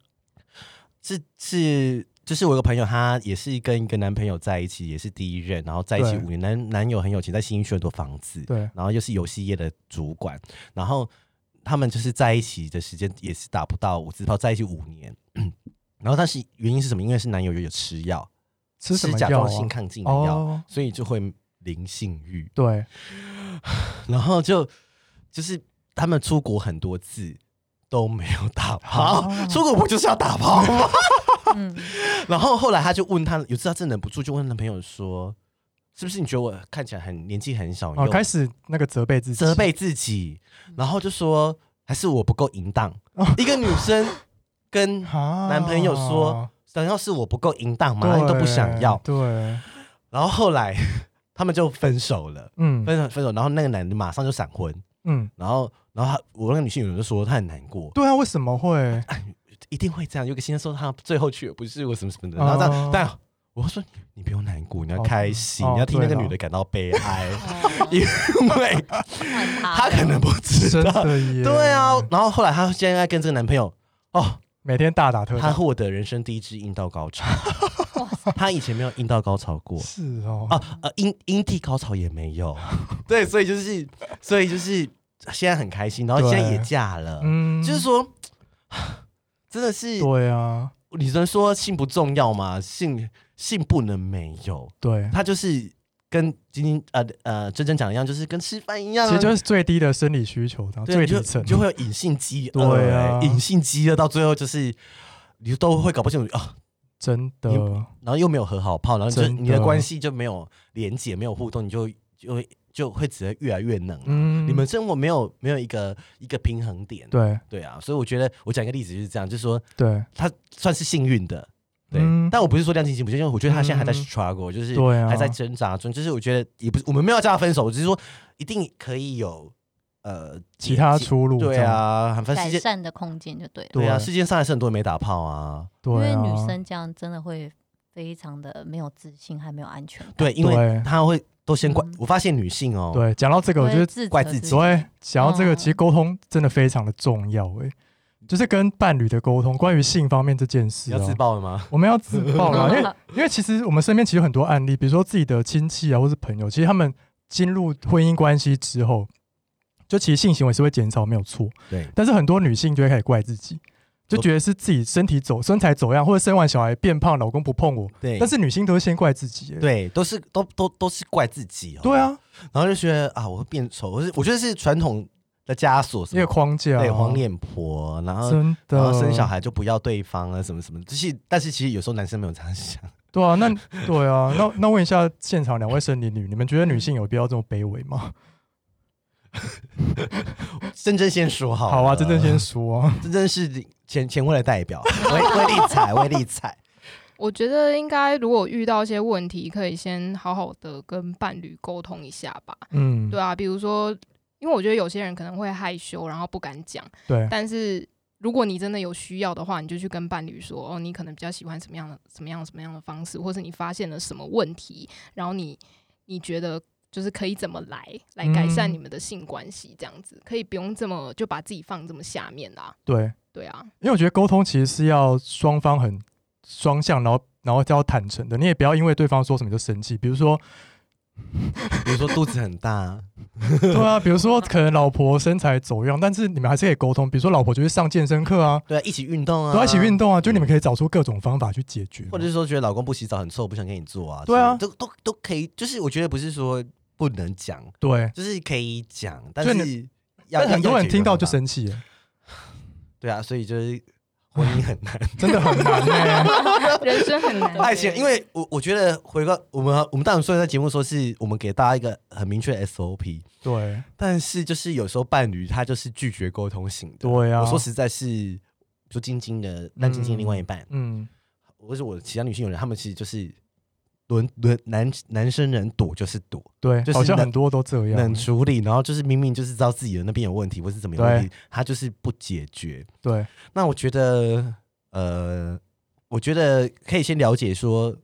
[SPEAKER 1] 是是。就是我有个朋友，她也是跟一个男朋友在一起，也是第一任，然后在一起
[SPEAKER 2] 对
[SPEAKER 1] 五年，男男友很有钱，在新义区很多房子，
[SPEAKER 2] 对，
[SPEAKER 1] 然后又是游戏业的主管，然后他们就是在一起的时间也是达不到五字炮，在一起五年。 然后但是原因是什么？因为是男友有有吃药，
[SPEAKER 2] 吃什么
[SPEAKER 1] 甲
[SPEAKER 2] 药
[SPEAKER 1] 状
[SPEAKER 2] 啊？
[SPEAKER 1] 腺亢进的药，
[SPEAKER 2] 哦，
[SPEAKER 1] 所以就会零性欲。
[SPEAKER 2] 对，
[SPEAKER 1] 然后就就是他们出国很多次都没有打炮，
[SPEAKER 2] 啊
[SPEAKER 1] 出国不就是要打炮吗？
[SPEAKER 3] 嗯，
[SPEAKER 1] 然后后来她就问她，有次她真的忍不住就问男朋友说：“是不是你觉得我看起来很年纪很小？你
[SPEAKER 2] 哦，
[SPEAKER 1] 又
[SPEAKER 2] 开始那个责备自己，
[SPEAKER 1] 责备自己，
[SPEAKER 2] 嗯
[SPEAKER 1] 然后就说还是我不够淫荡。
[SPEAKER 2] 哦
[SPEAKER 1] 一个女生跟
[SPEAKER 2] 啊
[SPEAKER 1] 男朋友说，想要是我不够淫荡嘛，你都不想要。
[SPEAKER 2] 对，
[SPEAKER 1] 然后后来 他们就分手了，
[SPEAKER 2] 嗯
[SPEAKER 1] 分手分手，然后那个男的马上就闪婚，
[SPEAKER 2] 嗯，
[SPEAKER 1] 然后然后他我那个女性友人就说他很难过，
[SPEAKER 2] 对啊，为什么 会？
[SPEAKER 1] 一定会这样。有个先生说他最后去也不是我什么什么的，然后这样，
[SPEAKER 2] 哦
[SPEAKER 1] 但我说你不用难过，你要
[SPEAKER 2] 哦
[SPEAKER 1] 开心，
[SPEAKER 2] 哦
[SPEAKER 1] 你要替那个
[SPEAKER 2] 对哦
[SPEAKER 1] 女的感到悲哀，
[SPEAKER 4] 哦
[SPEAKER 1] 因为
[SPEAKER 3] 换
[SPEAKER 1] 她
[SPEAKER 3] 他
[SPEAKER 1] 可能不知
[SPEAKER 2] 真
[SPEAKER 1] 道。
[SPEAKER 2] 的耶，
[SPEAKER 1] 对啊，然后后来她现在跟这个男朋友，哦，
[SPEAKER 2] 每天大打特
[SPEAKER 1] 她
[SPEAKER 2] 打，
[SPEAKER 1] 获得人生第一支阴道高潮，她以前没有阴道高潮过。
[SPEAKER 2] 是哦，
[SPEAKER 1] 啊，呃，阴阴蒂高潮也没 有，对，所以就是，所以就是现在很开心，然后现在
[SPEAKER 2] 对
[SPEAKER 1] 也嫁了，
[SPEAKER 2] 嗯，
[SPEAKER 1] 就是说，真的是，
[SPEAKER 2] 对啊，
[SPEAKER 1] 你能说性不重要吗？性性不能没有，
[SPEAKER 2] 对，
[SPEAKER 1] 它就是跟今天呃呃珍珍讲的一样，就是跟吃饭一样啊、
[SPEAKER 2] 其实就是最低的生理需求，然后
[SPEAKER 1] 对
[SPEAKER 2] 最
[SPEAKER 1] 你就
[SPEAKER 2] 底层
[SPEAKER 1] 你就会有隐性饥饿、
[SPEAKER 2] 对啊
[SPEAKER 1] 欸隐性饥饿到最后就是你都会搞不清楚啊，
[SPEAKER 2] 真的
[SPEAKER 1] 你然后又没有和好炮，然后就
[SPEAKER 2] 真的
[SPEAKER 1] 你的关系就没有连结，没有互动，你就就会就会只会越来越冷。
[SPEAKER 2] 嗯，
[SPEAKER 1] 你们生活没有没有一个一个平衡点，
[SPEAKER 2] 对
[SPEAKER 1] 对啊，所以我觉得我讲一个例子就是这样，就是说
[SPEAKER 2] 对
[SPEAKER 1] 他算是幸运的，对。
[SPEAKER 2] 嗯
[SPEAKER 1] 但我不是说亮晶晶不幸，因为我觉得他现在还在
[SPEAKER 2] 嗯
[SPEAKER 1] struggle，、就是
[SPEAKER 2] 对啊，
[SPEAKER 1] 还在挣扎中。就是我觉得也不是我们没有叫他分手，我只是说一定可以有呃
[SPEAKER 2] 其他
[SPEAKER 1] 解
[SPEAKER 2] 出路，
[SPEAKER 1] 对
[SPEAKER 2] 这样，
[SPEAKER 1] 啊，反正
[SPEAKER 3] 改
[SPEAKER 1] 世界
[SPEAKER 3] 善的空间就对了。
[SPEAKER 1] 对啊，
[SPEAKER 2] 对
[SPEAKER 1] 世界上还是很多人没打炮啊。
[SPEAKER 2] 对
[SPEAKER 3] 因
[SPEAKER 2] 啊，
[SPEAKER 3] 为女生这样真的会非常的没有自信，还没有安全感。
[SPEAKER 1] 对，因为
[SPEAKER 2] 对
[SPEAKER 1] 他会都先怪
[SPEAKER 3] 嗯，
[SPEAKER 1] 我发现女性哦，
[SPEAKER 2] 对，讲到这个，我觉
[SPEAKER 3] 会
[SPEAKER 2] 得
[SPEAKER 3] 自责
[SPEAKER 1] 怪自己哎
[SPEAKER 2] 对，讲到这个，
[SPEAKER 3] 嗯
[SPEAKER 2] 其实沟通真的非常的重要诶、就是跟伴侣的沟通，关于性方面这件事、
[SPEAKER 1] 你
[SPEAKER 2] 啊，
[SPEAKER 1] 要自爆了吗？
[SPEAKER 2] 我们要自爆 啦，因为
[SPEAKER 3] 嗯
[SPEAKER 2] 因为其实我们身边其实有很多案例，比如说自己的亲戚啊，或是朋友，其实他们进入婚姻关系之后，就其实性行为是会减少，没有错。
[SPEAKER 1] 对
[SPEAKER 2] 但是很多女性就会开始怪自己，就觉得是自己身体走身材走样，或者生完小孩变胖，老公不碰我。
[SPEAKER 1] 对，
[SPEAKER 2] 但是女性都会先怪自己、欸，
[SPEAKER 1] 对，都是都都都是怪自己哦。
[SPEAKER 2] 对，啊，
[SPEAKER 1] 然后就觉得啊，我会变丑，我是我觉得是传统的枷锁什
[SPEAKER 2] 一个
[SPEAKER 1] 么，
[SPEAKER 2] 框架啊、
[SPEAKER 1] 对，黄脸婆，然后
[SPEAKER 2] 真
[SPEAKER 1] 然后
[SPEAKER 2] 的
[SPEAKER 1] 生小孩就不要对方啊，什么什么，就是但是其实有时候男生没有这样想，
[SPEAKER 2] 对啊，那对啊，那那问一下现场两位生理女，你们觉得女性有必要这么卑微吗？
[SPEAKER 1] 真真先说好，
[SPEAKER 2] 好啊，真正先，说、啊，
[SPEAKER 1] 真真是前前卫的代表， 威威力彩，威力彩，
[SPEAKER 4] 我觉得应该如果遇到一些问题，可以先好好的跟伴侣沟通一下吧。
[SPEAKER 2] 嗯，
[SPEAKER 4] 对啊，比如说，因为我觉得有些人可能会害羞，然后不敢讲，
[SPEAKER 2] 对
[SPEAKER 4] 但是。如果你真的有需要的话，你就去跟伴侣说哦，你可能比较喜欢什么样的、什么样、什么样的方式，或是你发现了什么问题，然后你你觉得就是可以怎么来来改善
[SPEAKER 2] 嗯
[SPEAKER 4] 你们的性关系，这样子、可以不用这么就把自己放这么下面啦。
[SPEAKER 2] 对，
[SPEAKER 4] 对啊，
[SPEAKER 2] 因为我觉得沟通其实是要双方很双向，然后然后要坦诚的，你也不要因为对方说什么就生气。比 如说，
[SPEAKER 1] 比如说肚子很大，
[SPEAKER 2] 对啊，比如说可能老婆身材走样，但是你们还是可以沟通。比如说老婆就去上健身课啊，
[SPEAKER 1] 对啊，一起运动啊，
[SPEAKER 2] 都要一起运动啊，就你们可以找出各种方法去解决嘛。
[SPEAKER 1] 或者是说觉得老公不洗澡很臭，不想跟你做啊，
[SPEAKER 2] 对啊
[SPEAKER 1] 之类的都都都可以，就是我觉得不是说不能讲，
[SPEAKER 2] 对，
[SPEAKER 1] 就是可以讲，但
[SPEAKER 2] 就是
[SPEAKER 1] 要
[SPEAKER 2] 但很多人听到就，
[SPEAKER 1] 要解决方法
[SPEAKER 2] 生气了，
[SPEAKER 1] 对啊，所以就是婚姻很难，，
[SPEAKER 2] 真的很难欸
[SPEAKER 4] 人生很难 欸
[SPEAKER 1] 爱情，因为我我觉得回到我们我们当然虽然在节目说是我们给大家一个很明确的 SOP，
[SPEAKER 2] 对
[SPEAKER 1] 但是就是有时候伴侣他就是拒绝沟通型的，
[SPEAKER 2] 对啊
[SPEAKER 1] 我说实在是。就晶晶的，让晶晶另外一半，
[SPEAKER 2] 嗯，
[SPEAKER 1] 或是我其他女性友人，他们其实就是轮轮男男生能躲就是躲，
[SPEAKER 2] 对，
[SPEAKER 1] 就是
[SPEAKER 2] 好像
[SPEAKER 1] 冷
[SPEAKER 2] 很多都这样欸
[SPEAKER 1] 冷。处理，然后就是明明就是知道自己的那边有问题或是怎么有问题，他就是不解决。
[SPEAKER 2] 对，
[SPEAKER 1] 那我觉得，呃，我觉得可以先了解说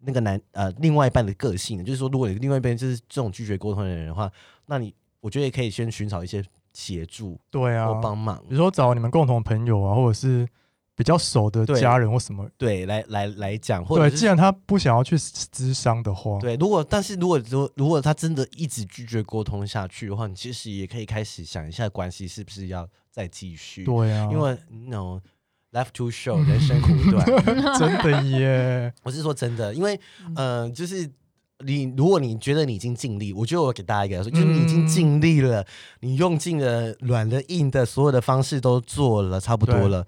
[SPEAKER 1] 那个男呃另外一半的个性，就是说如果你另外一半就是这种拒绝沟通的人的话，那你我觉得也可以先寻找一些协助
[SPEAKER 2] 对啊，
[SPEAKER 1] 或帮忙
[SPEAKER 2] 比，如说找你们共同朋友啊，或者是比较熟的
[SPEAKER 1] 对
[SPEAKER 2] 家人或什么。
[SPEAKER 1] 对，来来来讲，或
[SPEAKER 2] 对，
[SPEAKER 1] 者
[SPEAKER 2] 既
[SPEAKER 1] 是。
[SPEAKER 2] 然他不想要去咨商的话，
[SPEAKER 1] 对，如果但是如果如果如果他真的一直拒绝沟通下去的话，你其实也可以开始想一下关系是不是要再继续。
[SPEAKER 2] 对啊，
[SPEAKER 1] 因为 no life too short，人生苦短。
[SPEAKER 2] 真的耶，
[SPEAKER 1] 我是说真的，因为
[SPEAKER 2] 嗯
[SPEAKER 1] 呃，就是你如果你觉得你已经尽力，我觉得我给大家一个来说，就是你已
[SPEAKER 2] 嗯
[SPEAKER 1] 经尽力了，你用尽了软的、硬的，所有的方式都做了，差不多了，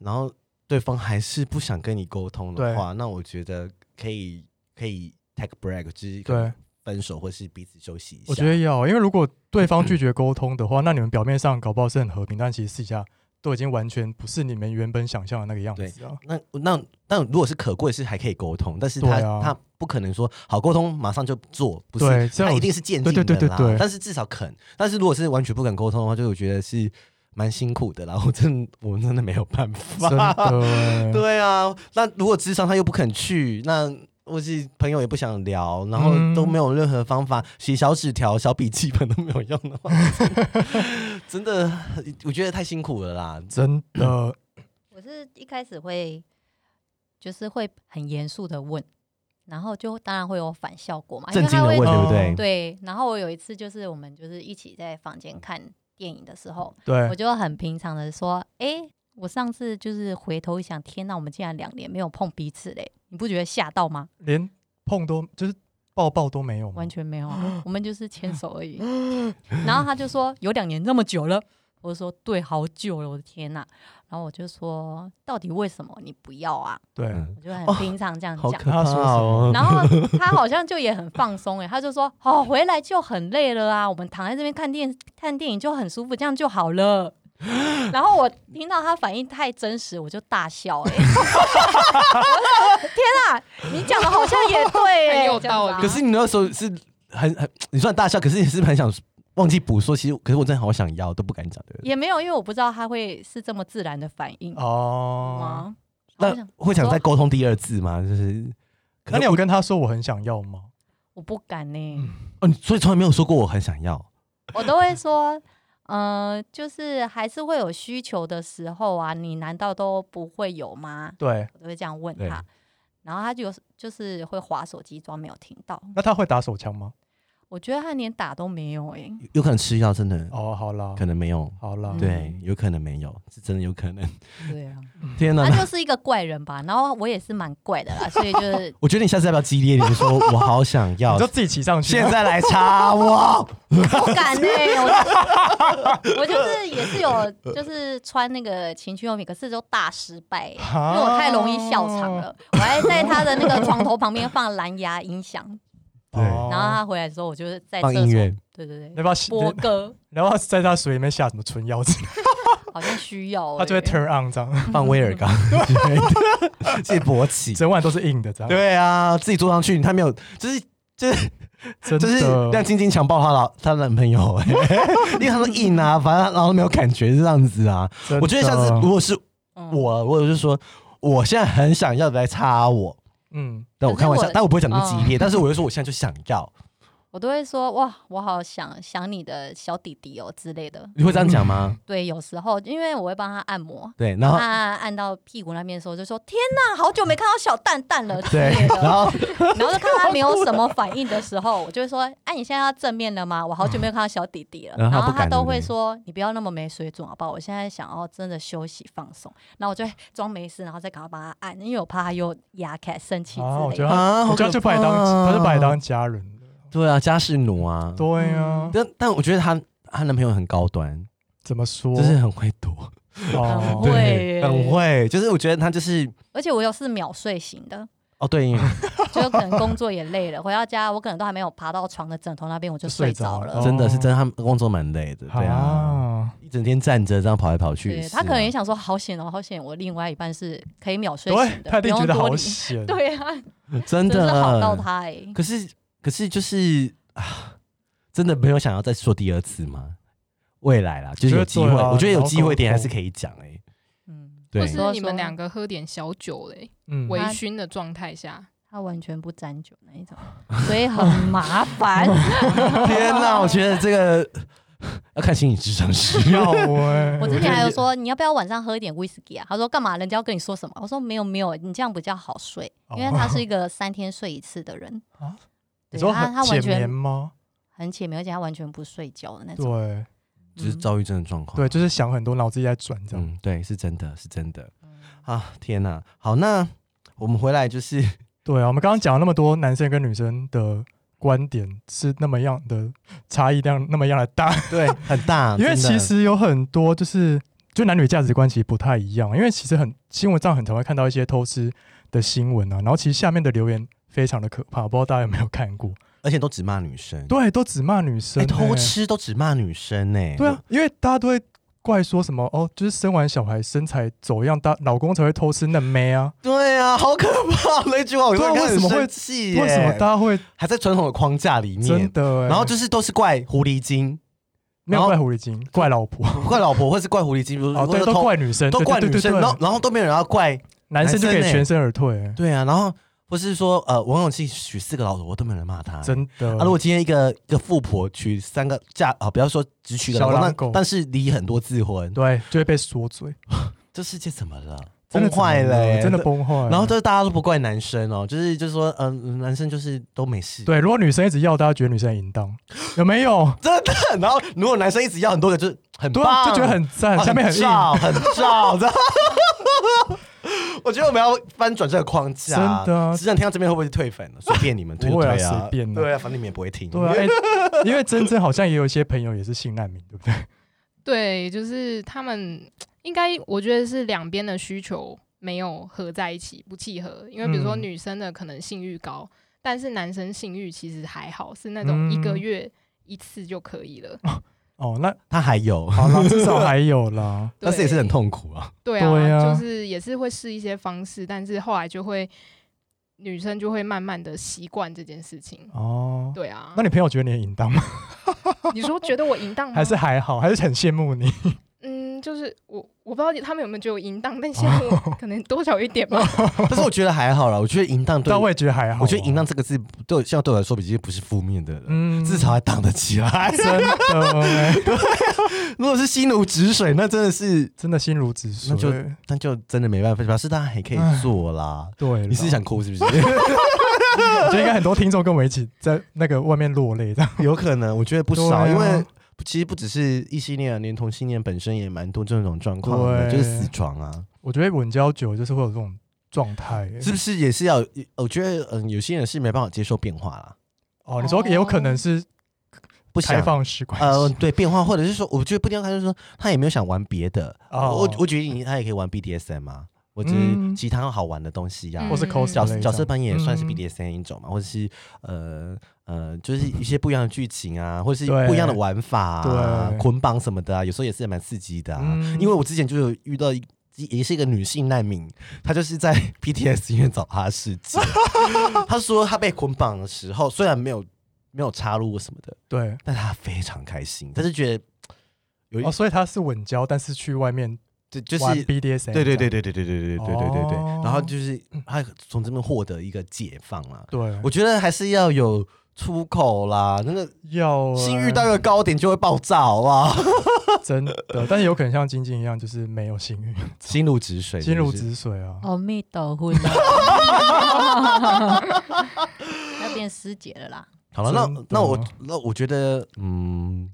[SPEAKER 1] 然 后对方还是不想跟你沟通的话，那我觉得可以可以。 take break，就是可能
[SPEAKER 2] 对，
[SPEAKER 1] 分手或是彼此休息一下。
[SPEAKER 2] 我觉得要，因为如果对方 拒绝沟通的话，那你们表面上搞不好是很和平，但其实私底下都已经完全不是你们原本想象的那个样子啊。
[SPEAKER 1] 那那但如果是可贵是还可以沟通，但是
[SPEAKER 2] 对
[SPEAKER 1] 他、
[SPEAKER 2] 啊
[SPEAKER 1] 他不可能说好沟通马上就做，不
[SPEAKER 2] 对
[SPEAKER 1] 是
[SPEAKER 2] 这样
[SPEAKER 1] 他
[SPEAKER 2] 我
[SPEAKER 1] 一定是渐进的
[SPEAKER 2] 对
[SPEAKER 1] 啦。
[SPEAKER 2] 对对对对
[SPEAKER 1] 但是至少肯，但是如果是完全不肯沟通的话，就我觉得是蛮辛苦的啦。我真我真的没有办
[SPEAKER 2] 真
[SPEAKER 1] 法。
[SPEAKER 2] 的欸，
[SPEAKER 1] 对啊，那如果智商他又不肯去，那。或是朋友也不想聊，然后
[SPEAKER 2] 嗯
[SPEAKER 1] 都没有任何方法，写小纸条、小笔记本都没有用的 话，真的，真的我觉得太辛苦了啦。
[SPEAKER 3] 哦
[SPEAKER 2] 真
[SPEAKER 1] 嗯
[SPEAKER 2] 的，
[SPEAKER 3] 我是一开始会就是会很严肃的问，然后就当然会有反效果嘛，因
[SPEAKER 1] 震
[SPEAKER 3] 为
[SPEAKER 1] 惊
[SPEAKER 3] 他
[SPEAKER 1] 的
[SPEAKER 3] 会
[SPEAKER 1] 问，对不
[SPEAKER 2] 哦
[SPEAKER 1] 对？
[SPEAKER 3] 对。然后我有一次就是我们就是一起在房间看电影的时候，我
[SPEAKER 2] 对，
[SPEAKER 3] 就很平常的说，诶，我上次就是回头一想，天呐，我们竟然两年没有碰彼此嘞，你不觉得吓到吗？
[SPEAKER 2] 连碰都就是抱抱都没有吗，
[SPEAKER 3] 完 全没有啊，我们就是牵手而已。然后他就说有两年那么久了，我就说对，好久了，我的天呐。然后我就说到底为什么你不要啊？
[SPEAKER 2] 对，
[SPEAKER 1] 嗯
[SPEAKER 3] 我就很
[SPEAKER 1] 哦
[SPEAKER 3] 平常这样
[SPEAKER 1] 好
[SPEAKER 3] 讲。
[SPEAKER 1] 可怕
[SPEAKER 2] 他说什
[SPEAKER 1] 哦
[SPEAKER 2] 么！
[SPEAKER 3] 然后 他好像就也很放松哎、他就说哦回来就很累了啊，我们躺在这边看电看电影就很舒服，这样就好了。然后我听到他反应太真实，我就大笑哎、 我说天啊，你讲的好像也对、欸，
[SPEAKER 4] 很有道理
[SPEAKER 3] 这样子啊
[SPEAKER 1] 可是你那时候是很很，你算大笑，可是你是不是很想忘记补说？其实，可是我真的好想要，都不敢讲，对不对？
[SPEAKER 3] 也没有，因为我不知道他会是这么自然的反应
[SPEAKER 2] 哦，
[SPEAKER 3] 吗？我
[SPEAKER 1] 那
[SPEAKER 3] 想
[SPEAKER 1] 会想再沟通第二次吗？就是，可
[SPEAKER 2] 那
[SPEAKER 1] 是
[SPEAKER 2] 你
[SPEAKER 1] 我
[SPEAKER 2] 有跟他说我很想要吗？
[SPEAKER 3] 我不敢呢、欸
[SPEAKER 1] 哦，你所以从来没有说过我很想要，
[SPEAKER 3] 我都会说，呃，就是还是会有需求的时候啊，你难道都不会有吗？
[SPEAKER 2] 对，
[SPEAKER 3] 我都会这样问
[SPEAKER 1] 对
[SPEAKER 3] 他，然后他就就是会划手机装没有听到。
[SPEAKER 2] 那他会打手枪吗？
[SPEAKER 3] 我觉得他连打都没有哎、
[SPEAKER 1] 有有可能吃药真的
[SPEAKER 2] 哦，好啦，
[SPEAKER 1] 可能没有，
[SPEAKER 2] 好啦，
[SPEAKER 3] 嗯
[SPEAKER 1] 对，有可能没有，是真的有可能。
[SPEAKER 3] 对啊，
[SPEAKER 1] 天哪
[SPEAKER 3] 他！就是一个怪人吧。然后我也是蛮怪的啦，所以就是
[SPEAKER 1] 我觉得你下次要不要激烈一点，说我好想要
[SPEAKER 2] 你就，自己骑上去
[SPEAKER 1] 现。在来 插我。
[SPEAKER 3] 不敢呢、我我就是也是有就是穿那个情趣用品，可是都大失败、欸。因
[SPEAKER 2] 因
[SPEAKER 3] 为我太容易笑场了，我还在他的那个床头旁边放蓝牙音响，
[SPEAKER 1] 对
[SPEAKER 2] 哦
[SPEAKER 3] 然后他回来的时候，我就是在
[SPEAKER 1] 哦放
[SPEAKER 3] 厕所，
[SPEAKER 1] 音乐
[SPEAKER 3] 对对
[SPEAKER 2] 你要
[SPEAKER 3] 对，
[SPEAKER 2] 不要
[SPEAKER 3] 播
[SPEAKER 2] 你
[SPEAKER 3] 歌
[SPEAKER 2] 你要不要在他水里面下什么春药之类的？
[SPEAKER 3] 好像需要、欸，
[SPEAKER 2] 他就会 turn on 这样，
[SPEAKER 1] 放威尔刚， 自己勃起。
[SPEAKER 2] 整晚都是硬的这样。
[SPEAKER 1] 对啊，自己坐上去，他没有，就是就是
[SPEAKER 2] 真
[SPEAKER 1] 就是让
[SPEAKER 2] 的，
[SPEAKER 1] 晶晶强暴她老她男朋友、欸，因为她说硬啊，反正她然后没有感觉是这样子啊。
[SPEAKER 2] 真的
[SPEAKER 1] 我觉得下次如，果是
[SPEAKER 3] 嗯，
[SPEAKER 1] 我，我就说我现在很想要来插我，
[SPEAKER 2] 嗯，
[SPEAKER 1] 但我开玩
[SPEAKER 3] 可
[SPEAKER 1] 笑
[SPEAKER 3] 是我，嗯
[SPEAKER 1] 但我不会讲那么激烈，但是我就说我现在就想要，
[SPEAKER 3] 我都会说哇，我好想想你的小弟弟哦之类的。
[SPEAKER 1] 你会这样讲吗？
[SPEAKER 2] 嗯
[SPEAKER 3] 对，有时候因为我会帮他按摩，
[SPEAKER 1] 对，然
[SPEAKER 3] 他
[SPEAKER 1] 后
[SPEAKER 3] 按按到屁股那边的时候，就说天哪，好久没看到小蛋蛋了之
[SPEAKER 1] 对
[SPEAKER 3] 类，的。
[SPEAKER 1] 然后
[SPEAKER 3] 然后就看他没有什么反应的 时候，我就会说：“哎、你现在要正面了吗？我好久没有看到小弟弟了。”
[SPEAKER 2] 嗯
[SPEAKER 1] 然后他
[SPEAKER 3] 后
[SPEAKER 1] 不
[SPEAKER 3] 他
[SPEAKER 1] 敢
[SPEAKER 3] 都
[SPEAKER 1] 对不
[SPEAKER 3] 会
[SPEAKER 1] 对
[SPEAKER 3] 说：“你不要那么没水准，好不好？我现在想要真的休息放松。”然后我就会装没事，然后再赶快帮他按，因为我怕他又牙开生气之
[SPEAKER 2] 啊，我
[SPEAKER 3] 类
[SPEAKER 2] 觉
[SPEAKER 3] 的。
[SPEAKER 2] 得
[SPEAKER 1] 啊
[SPEAKER 2] 他，
[SPEAKER 1] 好
[SPEAKER 2] 我觉得他就
[SPEAKER 1] 可怕啊
[SPEAKER 2] 把你当，他就把你当家人了。
[SPEAKER 1] 对啊，家是奴啊，
[SPEAKER 2] 对啊，
[SPEAKER 1] 但但我觉得她她男朋友很高端，
[SPEAKER 2] 怎么说？
[SPEAKER 1] 就是很会躲，
[SPEAKER 2] 哦
[SPEAKER 3] 很会耶
[SPEAKER 1] 很会，就是我觉得他就是
[SPEAKER 3] 而且我又是秒睡型的，
[SPEAKER 1] 哦，对，因为
[SPEAKER 3] 就是可能工作也累了，回到家我可能都还没有爬到床的枕头那边，我就
[SPEAKER 2] 就睡
[SPEAKER 3] 睡
[SPEAKER 2] 着
[SPEAKER 3] 着
[SPEAKER 2] 了
[SPEAKER 3] 了。
[SPEAKER 2] 哦
[SPEAKER 1] 真的是真的，他们工作蛮累的，对啊。
[SPEAKER 2] 啊，
[SPEAKER 1] 一整天站着这样跑来跑去也
[SPEAKER 3] 对
[SPEAKER 1] 是
[SPEAKER 2] 哦
[SPEAKER 1] 啊，
[SPEAKER 3] 他可能也想说：“好险哦，好险！我另外一半是可以秒睡
[SPEAKER 2] 对
[SPEAKER 3] 型，的，
[SPEAKER 2] 他一
[SPEAKER 3] 不
[SPEAKER 2] 定
[SPEAKER 3] 用
[SPEAKER 2] 觉得
[SPEAKER 3] 多
[SPEAKER 2] 好
[SPEAKER 3] 理。
[SPEAKER 2] 险。”
[SPEAKER 3] 对啊，
[SPEAKER 1] 真
[SPEAKER 3] 真的
[SPEAKER 1] 的
[SPEAKER 3] 是好到他哎、
[SPEAKER 1] 可是可是就是啊，真的没有想要再说第二次吗？未来啦，就是有机会，
[SPEAKER 2] 觉得对啊
[SPEAKER 1] 我觉得有机会点
[SPEAKER 2] 然后
[SPEAKER 1] 还是
[SPEAKER 2] 沟通
[SPEAKER 1] 可以讲哎、
[SPEAKER 3] 嗯。
[SPEAKER 4] 或
[SPEAKER 1] 对，
[SPEAKER 3] 是
[SPEAKER 4] 是你们两个喝点小酒嘞，
[SPEAKER 2] 嗯，
[SPEAKER 4] 微醺的状态下，
[SPEAKER 3] 他完全不沾酒那一种，所以很麻 烦。啊
[SPEAKER 1] 天哪，我觉得这个 要看心理智商师。
[SPEAKER 2] 要哎，
[SPEAKER 3] 我之前还有说，你要不要晚上喝一点威士忌啊？他说干嘛？人家要跟你说什么？我说没有没有，你这样比较好睡，
[SPEAKER 2] 哦
[SPEAKER 3] 因为他是一个三天睡一次的人
[SPEAKER 2] 啊。你
[SPEAKER 3] 对
[SPEAKER 2] 说
[SPEAKER 3] 他他
[SPEAKER 2] 很
[SPEAKER 3] 完
[SPEAKER 2] 简棉
[SPEAKER 3] 全
[SPEAKER 2] 吗？
[SPEAKER 3] 很浅眠，而且他完全不睡觉的那种。
[SPEAKER 2] 对 啊
[SPEAKER 1] 就是
[SPEAKER 3] 嗯
[SPEAKER 1] 躁郁症的状况。
[SPEAKER 2] 对，就是想很多，脑子一直在转这样。
[SPEAKER 1] 哦嗯，对，是真的，是真的啊！天哪，好，那我们回来 就是
[SPEAKER 2] 对啊，我们刚刚讲了那么多男生跟女生的观点是那么样的差异量那么样的大，
[SPEAKER 1] 对很大，
[SPEAKER 2] 因为
[SPEAKER 1] 啊真的
[SPEAKER 2] 其实有很多就是就男女价值观其实不太一样，因为其实很新闻上很常会看到一些偷吃的新闻啊，然后其实下面的留言非常的可怕，不知道大家有没有看过？
[SPEAKER 1] 而且都只骂女生，
[SPEAKER 2] 对，都只骂女生、
[SPEAKER 1] 嗯哎，偷
[SPEAKER 2] 欸
[SPEAKER 1] 吃都只骂女生欸呢、
[SPEAKER 2] 对啊，因为大家都会怪说什么哦，就是生完小孩身材走样，大老公才会偷吃嫩妹啊。
[SPEAKER 1] 对啊，好可怕！那句话我
[SPEAKER 2] 对啊
[SPEAKER 1] 会看
[SPEAKER 2] 为什么
[SPEAKER 1] 很
[SPEAKER 2] 会
[SPEAKER 1] 生气 耶？
[SPEAKER 2] 为什么大家会
[SPEAKER 1] 还在传统的框架里面
[SPEAKER 2] 真？的、欸？
[SPEAKER 1] 然后就是都是怪狐狸精，
[SPEAKER 2] 没
[SPEAKER 1] 然
[SPEAKER 2] 有
[SPEAKER 1] 后
[SPEAKER 2] 怪狐狸精，怪老婆
[SPEAKER 1] 怪老婆，或是怪狐狸精，比如
[SPEAKER 2] 哦，
[SPEAKER 1] 说
[SPEAKER 2] 对，都
[SPEAKER 1] 偷
[SPEAKER 2] 怪女生，
[SPEAKER 1] 都
[SPEAKER 2] 对
[SPEAKER 1] 怪
[SPEAKER 2] 对
[SPEAKER 1] 女
[SPEAKER 2] 对对
[SPEAKER 1] 生，
[SPEAKER 2] 对
[SPEAKER 1] 然后然后都没有人要怪，
[SPEAKER 2] 男生就可以
[SPEAKER 1] 男生欸
[SPEAKER 2] 全身而退、欸
[SPEAKER 1] 对啊，然后或是说呃，王永庆娶四个老婆都没有人骂他，
[SPEAKER 2] 真的。
[SPEAKER 1] 啊，如果今天一个一个富婆娶三个嫁啊，不要说只娶个老
[SPEAKER 2] 小
[SPEAKER 1] 公，
[SPEAKER 2] 狼
[SPEAKER 1] 那
[SPEAKER 2] 狗
[SPEAKER 1] 但是离很多次婚，
[SPEAKER 2] 对，就会被说嘴，
[SPEAKER 1] 这世界怎么了？
[SPEAKER 2] 真的
[SPEAKER 1] 崩坏
[SPEAKER 2] 怎么
[SPEAKER 1] 了耶，
[SPEAKER 2] 真的
[SPEAKER 1] 这。
[SPEAKER 2] 崩坏了。
[SPEAKER 1] 然后就是大家都不怪男生哦，就是就是说，嗯、男生就是都没事。
[SPEAKER 2] 对，如果女生一直要，大家觉得女生很 淫荡，有没有？
[SPEAKER 1] 真的。然后如果男生一直要很多个，就是很
[SPEAKER 2] 对
[SPEAKER 1] 棒，
[SPEAKER 2] 啊，就觉得很赞，
[SPEAKER 1] 啊
[SPEAKER 2] 下面很硬，
[SPEAKER 1] 照， 很照的。我觉得我们要翻转这个框架，
[SPEAKER 2] 真的啊
[SPEAKER 1] 只想听到这边会不会退粉了？随便你们，退
[SPEAKER 2] 不
[SPEAKER 1] 就
[SPEAKER 2] 会啊
[SPEAKER 1] 退啊，
[SPEAKER 2] 随便啊
[SPEAKER 1] 对啊，反正你们也不会听。
[SPEAKER 2] 对 啊，欸因为真真好像也有一些朋友也是性难民，对不对？
[SPEAKER 4] 对，就是他们应该，我觉得是两边的需求没有合在一起，不契合。因为比如说
[SPEAKER 2] 嗯
[SPEAKER 4] 女生的可能性欲高，但是男生性欲其实还好，是那种一个
[SPEAKER 2] 嗯
[SPEAKER 4] 月一次就可以了。
[SPEAKER 2] 哦，那
[SPEAKER 1] 他还有，
[SPEAKER 2] 好啦，至少还有啦。
[SPEAKER 1] 但是也是很
[SPEAKER 4] 对
[SPEAKER 1] 痛苦 啊。
[SPEAKER 4] 对啊，
[SPEAKER 2] 对啊
[SPEAKER 4] 就是也是会试一些方式，但是后来就会女生就会慢慢的习惯这件事情。
[SPEAKER 2] 哦，
[SPEAKER 4] 对啊，
[SPEAKER 2] 那你朋友觉得你很淫荡吗？
[SPEAKER 4] 你说觉得我淫
[SPEAKER 1] 嗯
[SPEAKER 4] 荡吗？
[SPEAKER 2] 还是还好，还是很羡慕你？
[SPEAKER 4] 嗯，就是我我不知道他们有没有觉得我淫荡，
[SPEAKER 2] 哦
[SPEAKER 4] 但现在我可能多少有一点吧。
[SPEAKER 1] 但是我觉得还好啦，我觉得淫荡对
[SPEAKER 2] 但我也觉得还好。啊
[SPEAKER 1] 我觉得“淫荡”，这个字对我，像对我来说，已经不是负面的了，
[SPEAKER 2] 嗯
[SPEAKER 1] 至少还挡得起来。
[SPEAKER 2] 真的欸
[SPEAKER 1] 如果是心如止水，那真的是，
[SPEAKER 2] 真的心如止水。
[SPEAKER 1] 那就那就真的没办法，表示大家还可以做啦。
[SPEAKER 2] 对啦，
[SPEAKER 1] 你是想哭是不是？
[SPEAKER 2] 我觉得应该很多听众跟我一起在那个外面落泪这 样。
[SPEAKER 1] 有可能，我觉得不少，
[SPEAKER 2] 对啊
[SPEAKER 1] 因为其实不只是异性恋啊，连同性恋本身也蛮多这种状况的，
[SPEAKER 2] 对
[SPEAKER 1] 就是死床啊，
[SPEAKER 2] 我觉得稳交久就是会有这种状态欸，
[SPEAKER 1] 是不是也是要？我觉得嗯，有些人是没办法接受变化啦，
[SPEAKER 2] 哦，你说也有可能是
[SPEAKER 1] 不
[SPEAKER 2] 开
[SPEAKER 1] 想。
[SPEAKER 2] 放式关
[SPEAKER 1] 呃，
[SPEAKER 2] 系，
[SPEAKER 1] 对变化，或者是说，我觉得不一定要看，就是说他也没有想玩别的。
[SPEAKER 2] 哦
[SPEAKER 1] 我我觉得你他也可以玩 BDSM 啊，或者是
[SPEAKER 2] 嗯
[SPEAKER 1] 其他好玩的东西呀、啊。
[SPEAKER 4] 嗯
[SPEAKER 2] 或是 cos
[SPEAKER 1] 角色角色扮演也算是 BDSM 一种嘛，或者是呃呃，就是一些不一样的剧情啊，或者是
[SPEAKER 2] 对
[SPEAKER 1] 不一样的玩法啊，
[SPEAKER 2] 对
[SPEAKER 1] 捆绑什么的啊，有时候也是蛮刺激的啊。
[SPEAKER 2] 嗯
[SPEAKER 1] 因为我之前就有遇到一。也是一个女性难民，她就是在 PTS 医院找她事 件。她说她被捆绑的时候，虽然没有没有插入什么的，
[SPEAKER 2] 对
[SPEAKER 1] 但她非常开心，但是觉得有一、
[SPEAKER 2] 哦，所以他是稳交，但是去外面
[SPEAKER 1] 就就是
[SPEAKER 2] 玩 BDSM，
[SPEAKER 1] 对对
[SPEAKER 2] 这
[SPEAKER 1] 对对
[SPEAKER 2] 样
[SPEAKER 1] 对对对对对对对对，
[SPEAKER 2] 哦
[SPEAKER 1] 然后就是 她从这边获得一个解放啊。
[SPEAKER 2] 对，
[SPEAKER 1] 我觉得还是要有出口啦，那个
[SPEAKER 2] 要
[SPEAKER 1] 性
[SPEAKER 2] 欸
[SPEAKER 1] 欲到一个高点就会爆炸，好不好？
[SPEAKER 2] 真的，但是有可能像晶晶一样，就是没有性欲，
[SPEAKER 1] 心如止水，
[SPEAKER 2] 心如
[SPEAKER 1] 是不是。
[SPEAKER 2] 止水啊。
[SPEAKER 3] 阿弥陀佛， 要变师姐了啦。
[SPEAKER 1] 好了，
[SPEAKER 2] 真
[SPEAKER 1] 那
[SPEAKER 2] 的
[SPEAKER 1] 那我那我觉得，嗯，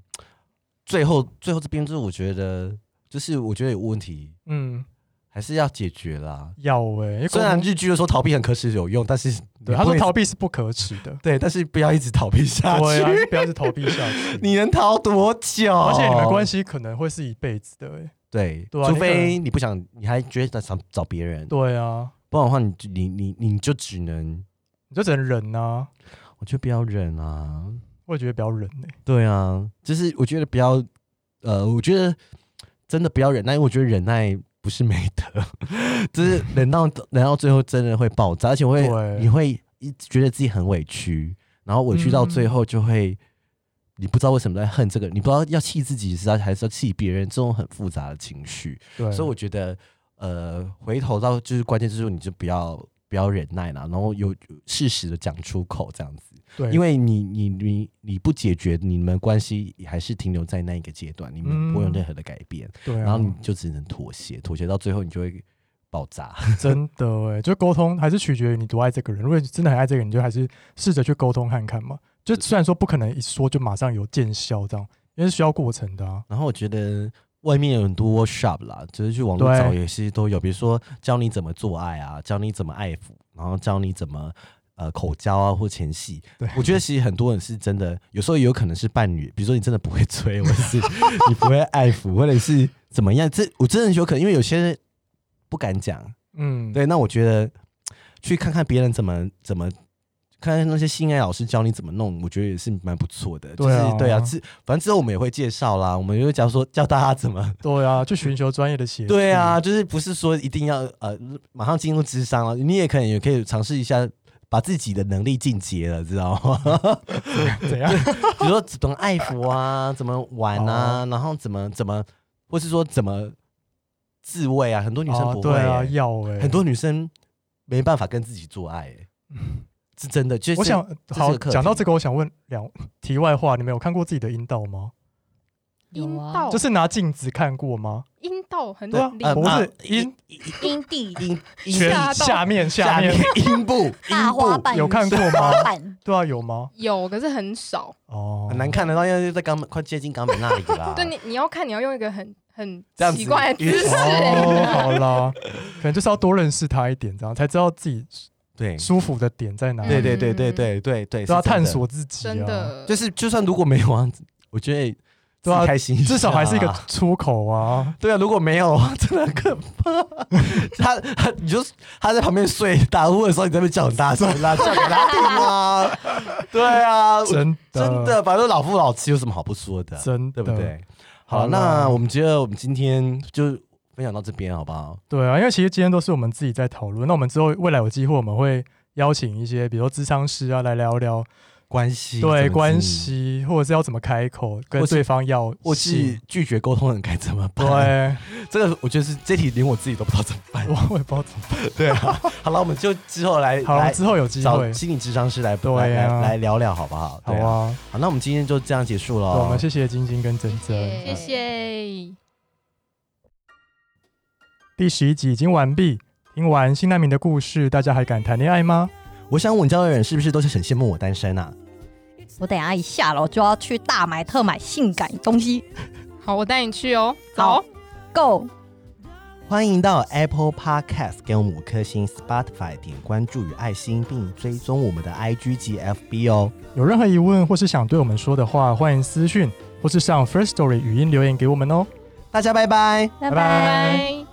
[SPEAKER 1] 最后最后这边就是我觉得，就是我觉得有问题，
[SPEAKER 2] 嗯，
[SPEAKER 1] 还是要解决啦。
[SPEAKER 2] 要哎、因为
[SPEAKER 1] 虽然
[SPEAKER 2] 公
[SPEAKER 1] 日剧就说逃避很可耻有用，但是
[SPEAKER 2] 对
[SPEAKER 1] 你
[SPEAKER 2] 他
[SPEAKER 1] 不
[SPEAKER 2] 说
[SPEAKER 1] 能，
[SPEAKER 2] 逃避是不可耻的
[SPEAKER 1] 对，但是不要一直逃避下
[SPEAKER 2] 对啊，
[SPEAKER 1] 去。
[SPEAKER 2] 就不要是逃避下去。
[SPEAKER 1] 你能逃多久？
[SPEAKER 2] 而且你们关
[SPEAKER 1] 系
[SPEAKER 2] 系可能会是一辈子的、欸，
[SPEAKER 1] 对，
[SPEAKER 2] 对啊
[SPEAKER 1] 除
[SPEAKER 2] 你可能
[SPEAKER 1] 非你不想，你还觉得想找别人，
[SPEAKER 2] 对啊，
[SPEAKER 1] 不然的话你，你你你你就只能
[SPEAKER 2] 你就只能忍啊。
[SPEAKER 1] 我觉得不要忍啊，
[SPEAKER 2] 我也觉得不要忍欸呢、
[SPEAKER 1] 对啊，就是我觉得不要，呃，我觉得真的不要忍耐，因为我觉得忍耐不是美德， 就是忍到忍到最后真的会爆炸，而且我会
[SPEAKER 2] 对
[SPEAKER 1] 你会一直觉得自己很委屈，然后委屈到最
[SPEAKER 2] 嗯
[SPEAKER 1] 后就会。你不知道为什么在恨这个，你不知道要气自己是要还是要气别人，这种很复杂的情绪。
[SPEAKER 2] 对，
[SPEAKER 1] 所以我觉得，呃，回头到就是关键之处，你就不要不要忍耐啦，然后有适时的讲出口这样子。
[SPEAKER 2] 对，
[SPEAKER 1] 因
[SPEAKER 2] 为
[SPEAKER 1] 为你你你你不解决，你们关系还是停留在那一个阶段，你们不会有
[SPEAKER 2] 嗯
[SPEAKER 1] 任何的改变，
[SPEAKER 2] 对、啊，
[SPEAKER 1] 然后你 就只能妥协，妥协到最后你就会爆炸。
[SPEAKER 2] 真的哎、就沟通还是取决于你多爱这个人。如果你真的很爱这个人，你就还是试着去沟通看看嘛。就虽然说不可能一说就马上有见效这样，因为是需要过程的啊。
[SPEAKER 1] 然后我觉得外面有很多 workshop 啦，就是去网络
[SPEAKER 2] 对
[SPEAKER 1] 找也是都有，比如说教你怎么做爱啊，教你怎么爱抚，然后教你怎么。呃，口交啊，或前戏
[SPEAKER 2] 对，
[SPEAKER 1] 我觉得其实很多人是真的，有时候也有可能是伴侣，比如说你真的不会追，或者是你不会爱抚，或者是怎么样，这我真的有可能，因为有些人不敢讲，
[SPEAKER 2] 嗯，
[SPEAKER 1] 对，那我觉得去看看别人怎么怎么看看那些性爱老师教你怎么弄，我觉得也是蛮不错的。
[SPEAKER 2] 对啊
[SPEAKER 1] 就是对啊，之反正之后我们也会介绍啦，我们就会讲说教大家怎么。
[SPEAKER 2] 对啊，去寻求专业的协助。
[SPEAKER 1] 对啊，，就是不是说一定要呃马上进入智商了，你也可能也可以尝试一下把自己的能力进阶了，知道吗？
[SPEAKER 2] 怎样？
[SPEAKER 1] 比如说怎么爱抚啊，怎么玩
[SPEAKER 2] 哦
[SPEAKER 1] 啊，然后怎么怎么，或是说怎么自慰啊，很多女生
[SPEAKER 2] 哦
[SPEAKER 1] 不会、
[SPEAKER 2] 对啊，
[SPEAKER 1] 欸
[SPEAKER 2] 要哎、
[SPEAKER 1] 很多女生没办法跟自己做爱、欸，是真的。就是
[SPEAKER 2] 我想
[SPEAKER 1] 是
[SPEAKER 2] 好
[SPEAKER 1] 个课
[SPEAKER 2] 讲到
[SPEAKER 1] 题
[SPEAKER 2] 这个，我想问两题外话，你们有看过自己的阴道吗？
[SPEAKER 4] 阴
[SPEAKER 3] 有啊
[SPEAKER 1] 哦
[SPEAKER 4] 道
[SPEAKER 2] 就是拿镜子看过吗？
[SPEAKER 4] 阴道很
[SPEAKER 1] 对
[SPEAKER 4] 灵
[SPEAKER 1] 呃
[SPEAKER 2] 不
[SPEAKER 1] 啊
[SPEAKER 2] 是阴
[SPEAKER 3] 阴蒂
[SPEAKER 1] 阴
[SPEAKER 2] 全
[SPEAKER 1] 阴
[SPEAKER 4] 下道
[SPEAKER 2] 下面下
[SPEAKER 1] 下面
[SPEAKER 2] 面，
[SPEAKER 1] 阴部
[SPEAKER 3] 大
[SPEAKER 1] 阴
[SPEAKER 3] 花
[SPEAKER 1] 部
[SPEAKER 3] 瓣
[SPEAKER 2] 有看过吗
[SPEAKER 3] 大花瓣
[SPEAKER 2] 对啊，有吗？
[SPEAKER 4] 有，可是很少。。
[SPEAKER 2] 哦，
[SPEAKER 1] 很难看得到，因为就在肛门快接近肛门那里啦
[SPEAKER 4] 对你，你要看，你要用一个很很
[SPEAKER 1] 啊这样子
[SPEAKER 4] 奇怪的姿势、
[SPEAKER 2] 哦，好啦，可能就是要多认识他一点，这样才知道自己
[SPEAKER 1] 对
[SPEAKER 2] 舒服的点在哪里，
[SPEAKER 1] 对对对对对对对，
[SPEAKER 2] 都
[SPEAKER 1] 是真的
[SPEAKER 2] 要探。索自己、啊，
[SPEAKER 4] 真，的
[SPEAKER 1] 就是就算如果没有啊，我觉得自己
[SPEAKER 2] 对啊，
[SPEAKER 1] 开心下啊，
[SPEAKER 2] 至少还是一个出口啊。
[SPEAKER 1] 对啊，如果没有，真的很可怕。他他，你就他在旁边睡打呼的时候，你在那边叫很大声啦，叫给他听啊。对啊，我
[SPEAKER 2] 真的，
[SPEAKER 1] 真的，反正老夫老妻有什么好不说的？
[SPEAKER 2] 真的
[SPEAKER 1] 对不？对？
[SPEAKER 2] 好
[SPEAKER 1] 好，
[SPEAKER 2] 啦
[SPEAKER 1] 那我们觉得我们今天就分享到这边，好不好？
[SPEAKER 2] 对啊，因为其实今天都是我们自己在讨论。那我们之后未来有机会，我们会邀请一些，比如说智商师啊，来聊聊
[SPEAKER 1] 关系怎么
[SPEAKER 2] 对
[SPEAKER 1] 经营
[SPEAKER 2] 关，系，或者是要怎么开口跟
[SPEAKER 1] 或是
[SPEAKER 2] 对方要
[SPEAKER 1] 或
[SPEAKER 2] 信
[SPEAKER 1] 是拒绝沟通的人该怎么
[SPEAKER 2] 对，啊
[SPEAKER 1] 办？对，这个我觉得是这题连我自己都不知道怎么 办。
[SPEAKER 2] 我我也不知道怎么
[SPEAKER 1] 对啊，好了，我们就之后来
[SPEAKER 2] 办。好啊了，
[SPEAKER 1] 来
[SPEAKER 2] 之后有机
[SPEAKER 1] 找
[SPEAKER 2] 会，
[SPEAKER 1] 心理智商师来
[SPEAKER 2] 对啊
[SPEAKER 1] 来来来聊聊，好不好？
[SPEAKER 2] 好
[SPEAKER 1] 对啊。
[SPEAKER 2] 啊。
[SPEAKER 1] 好，那我们今天就这样结束
[SPEAKER 2] 对，
[SPEAKER 1] 了。
[SPEAKER 2] 我们谢谢晶晶跟珍珍。
[SPEAKER 4] 谢谢。
[SPEAKER 2] 第十一集已经完毕。听完新难民的故事，大家还敢谈恋爱吗？
[SPEAKER 1] 我想稳交的人是不是都是很羡慕我单身啊？
[SPEAKER 3] 我等一下一下楼就要去大买特买性感东西
[SPEAKER 4] 好，我带你去哦。
[SPEAKER 3] 好
[SPEAKER 4] 走，
[SPEAKER 3] ，Go！
[SPEAKER 1] 欢迎到 Apple Podcast 给我们五颗星，Spotify 点关注与爱心，并追踪我们的 IG 及 FB 哦。
[SPEAKER 2] 有任何疑问或是想对我们说的话，欢迎私讯或是上 First Story 语音留言给我们哦。
[SPEAKER 1] 大家拜拜。
[SPEAKER 3] 拜
[SPEAKER 2] 拜拜
[SPEAKER 3] 拜。
[SPEAKER 4] 拜。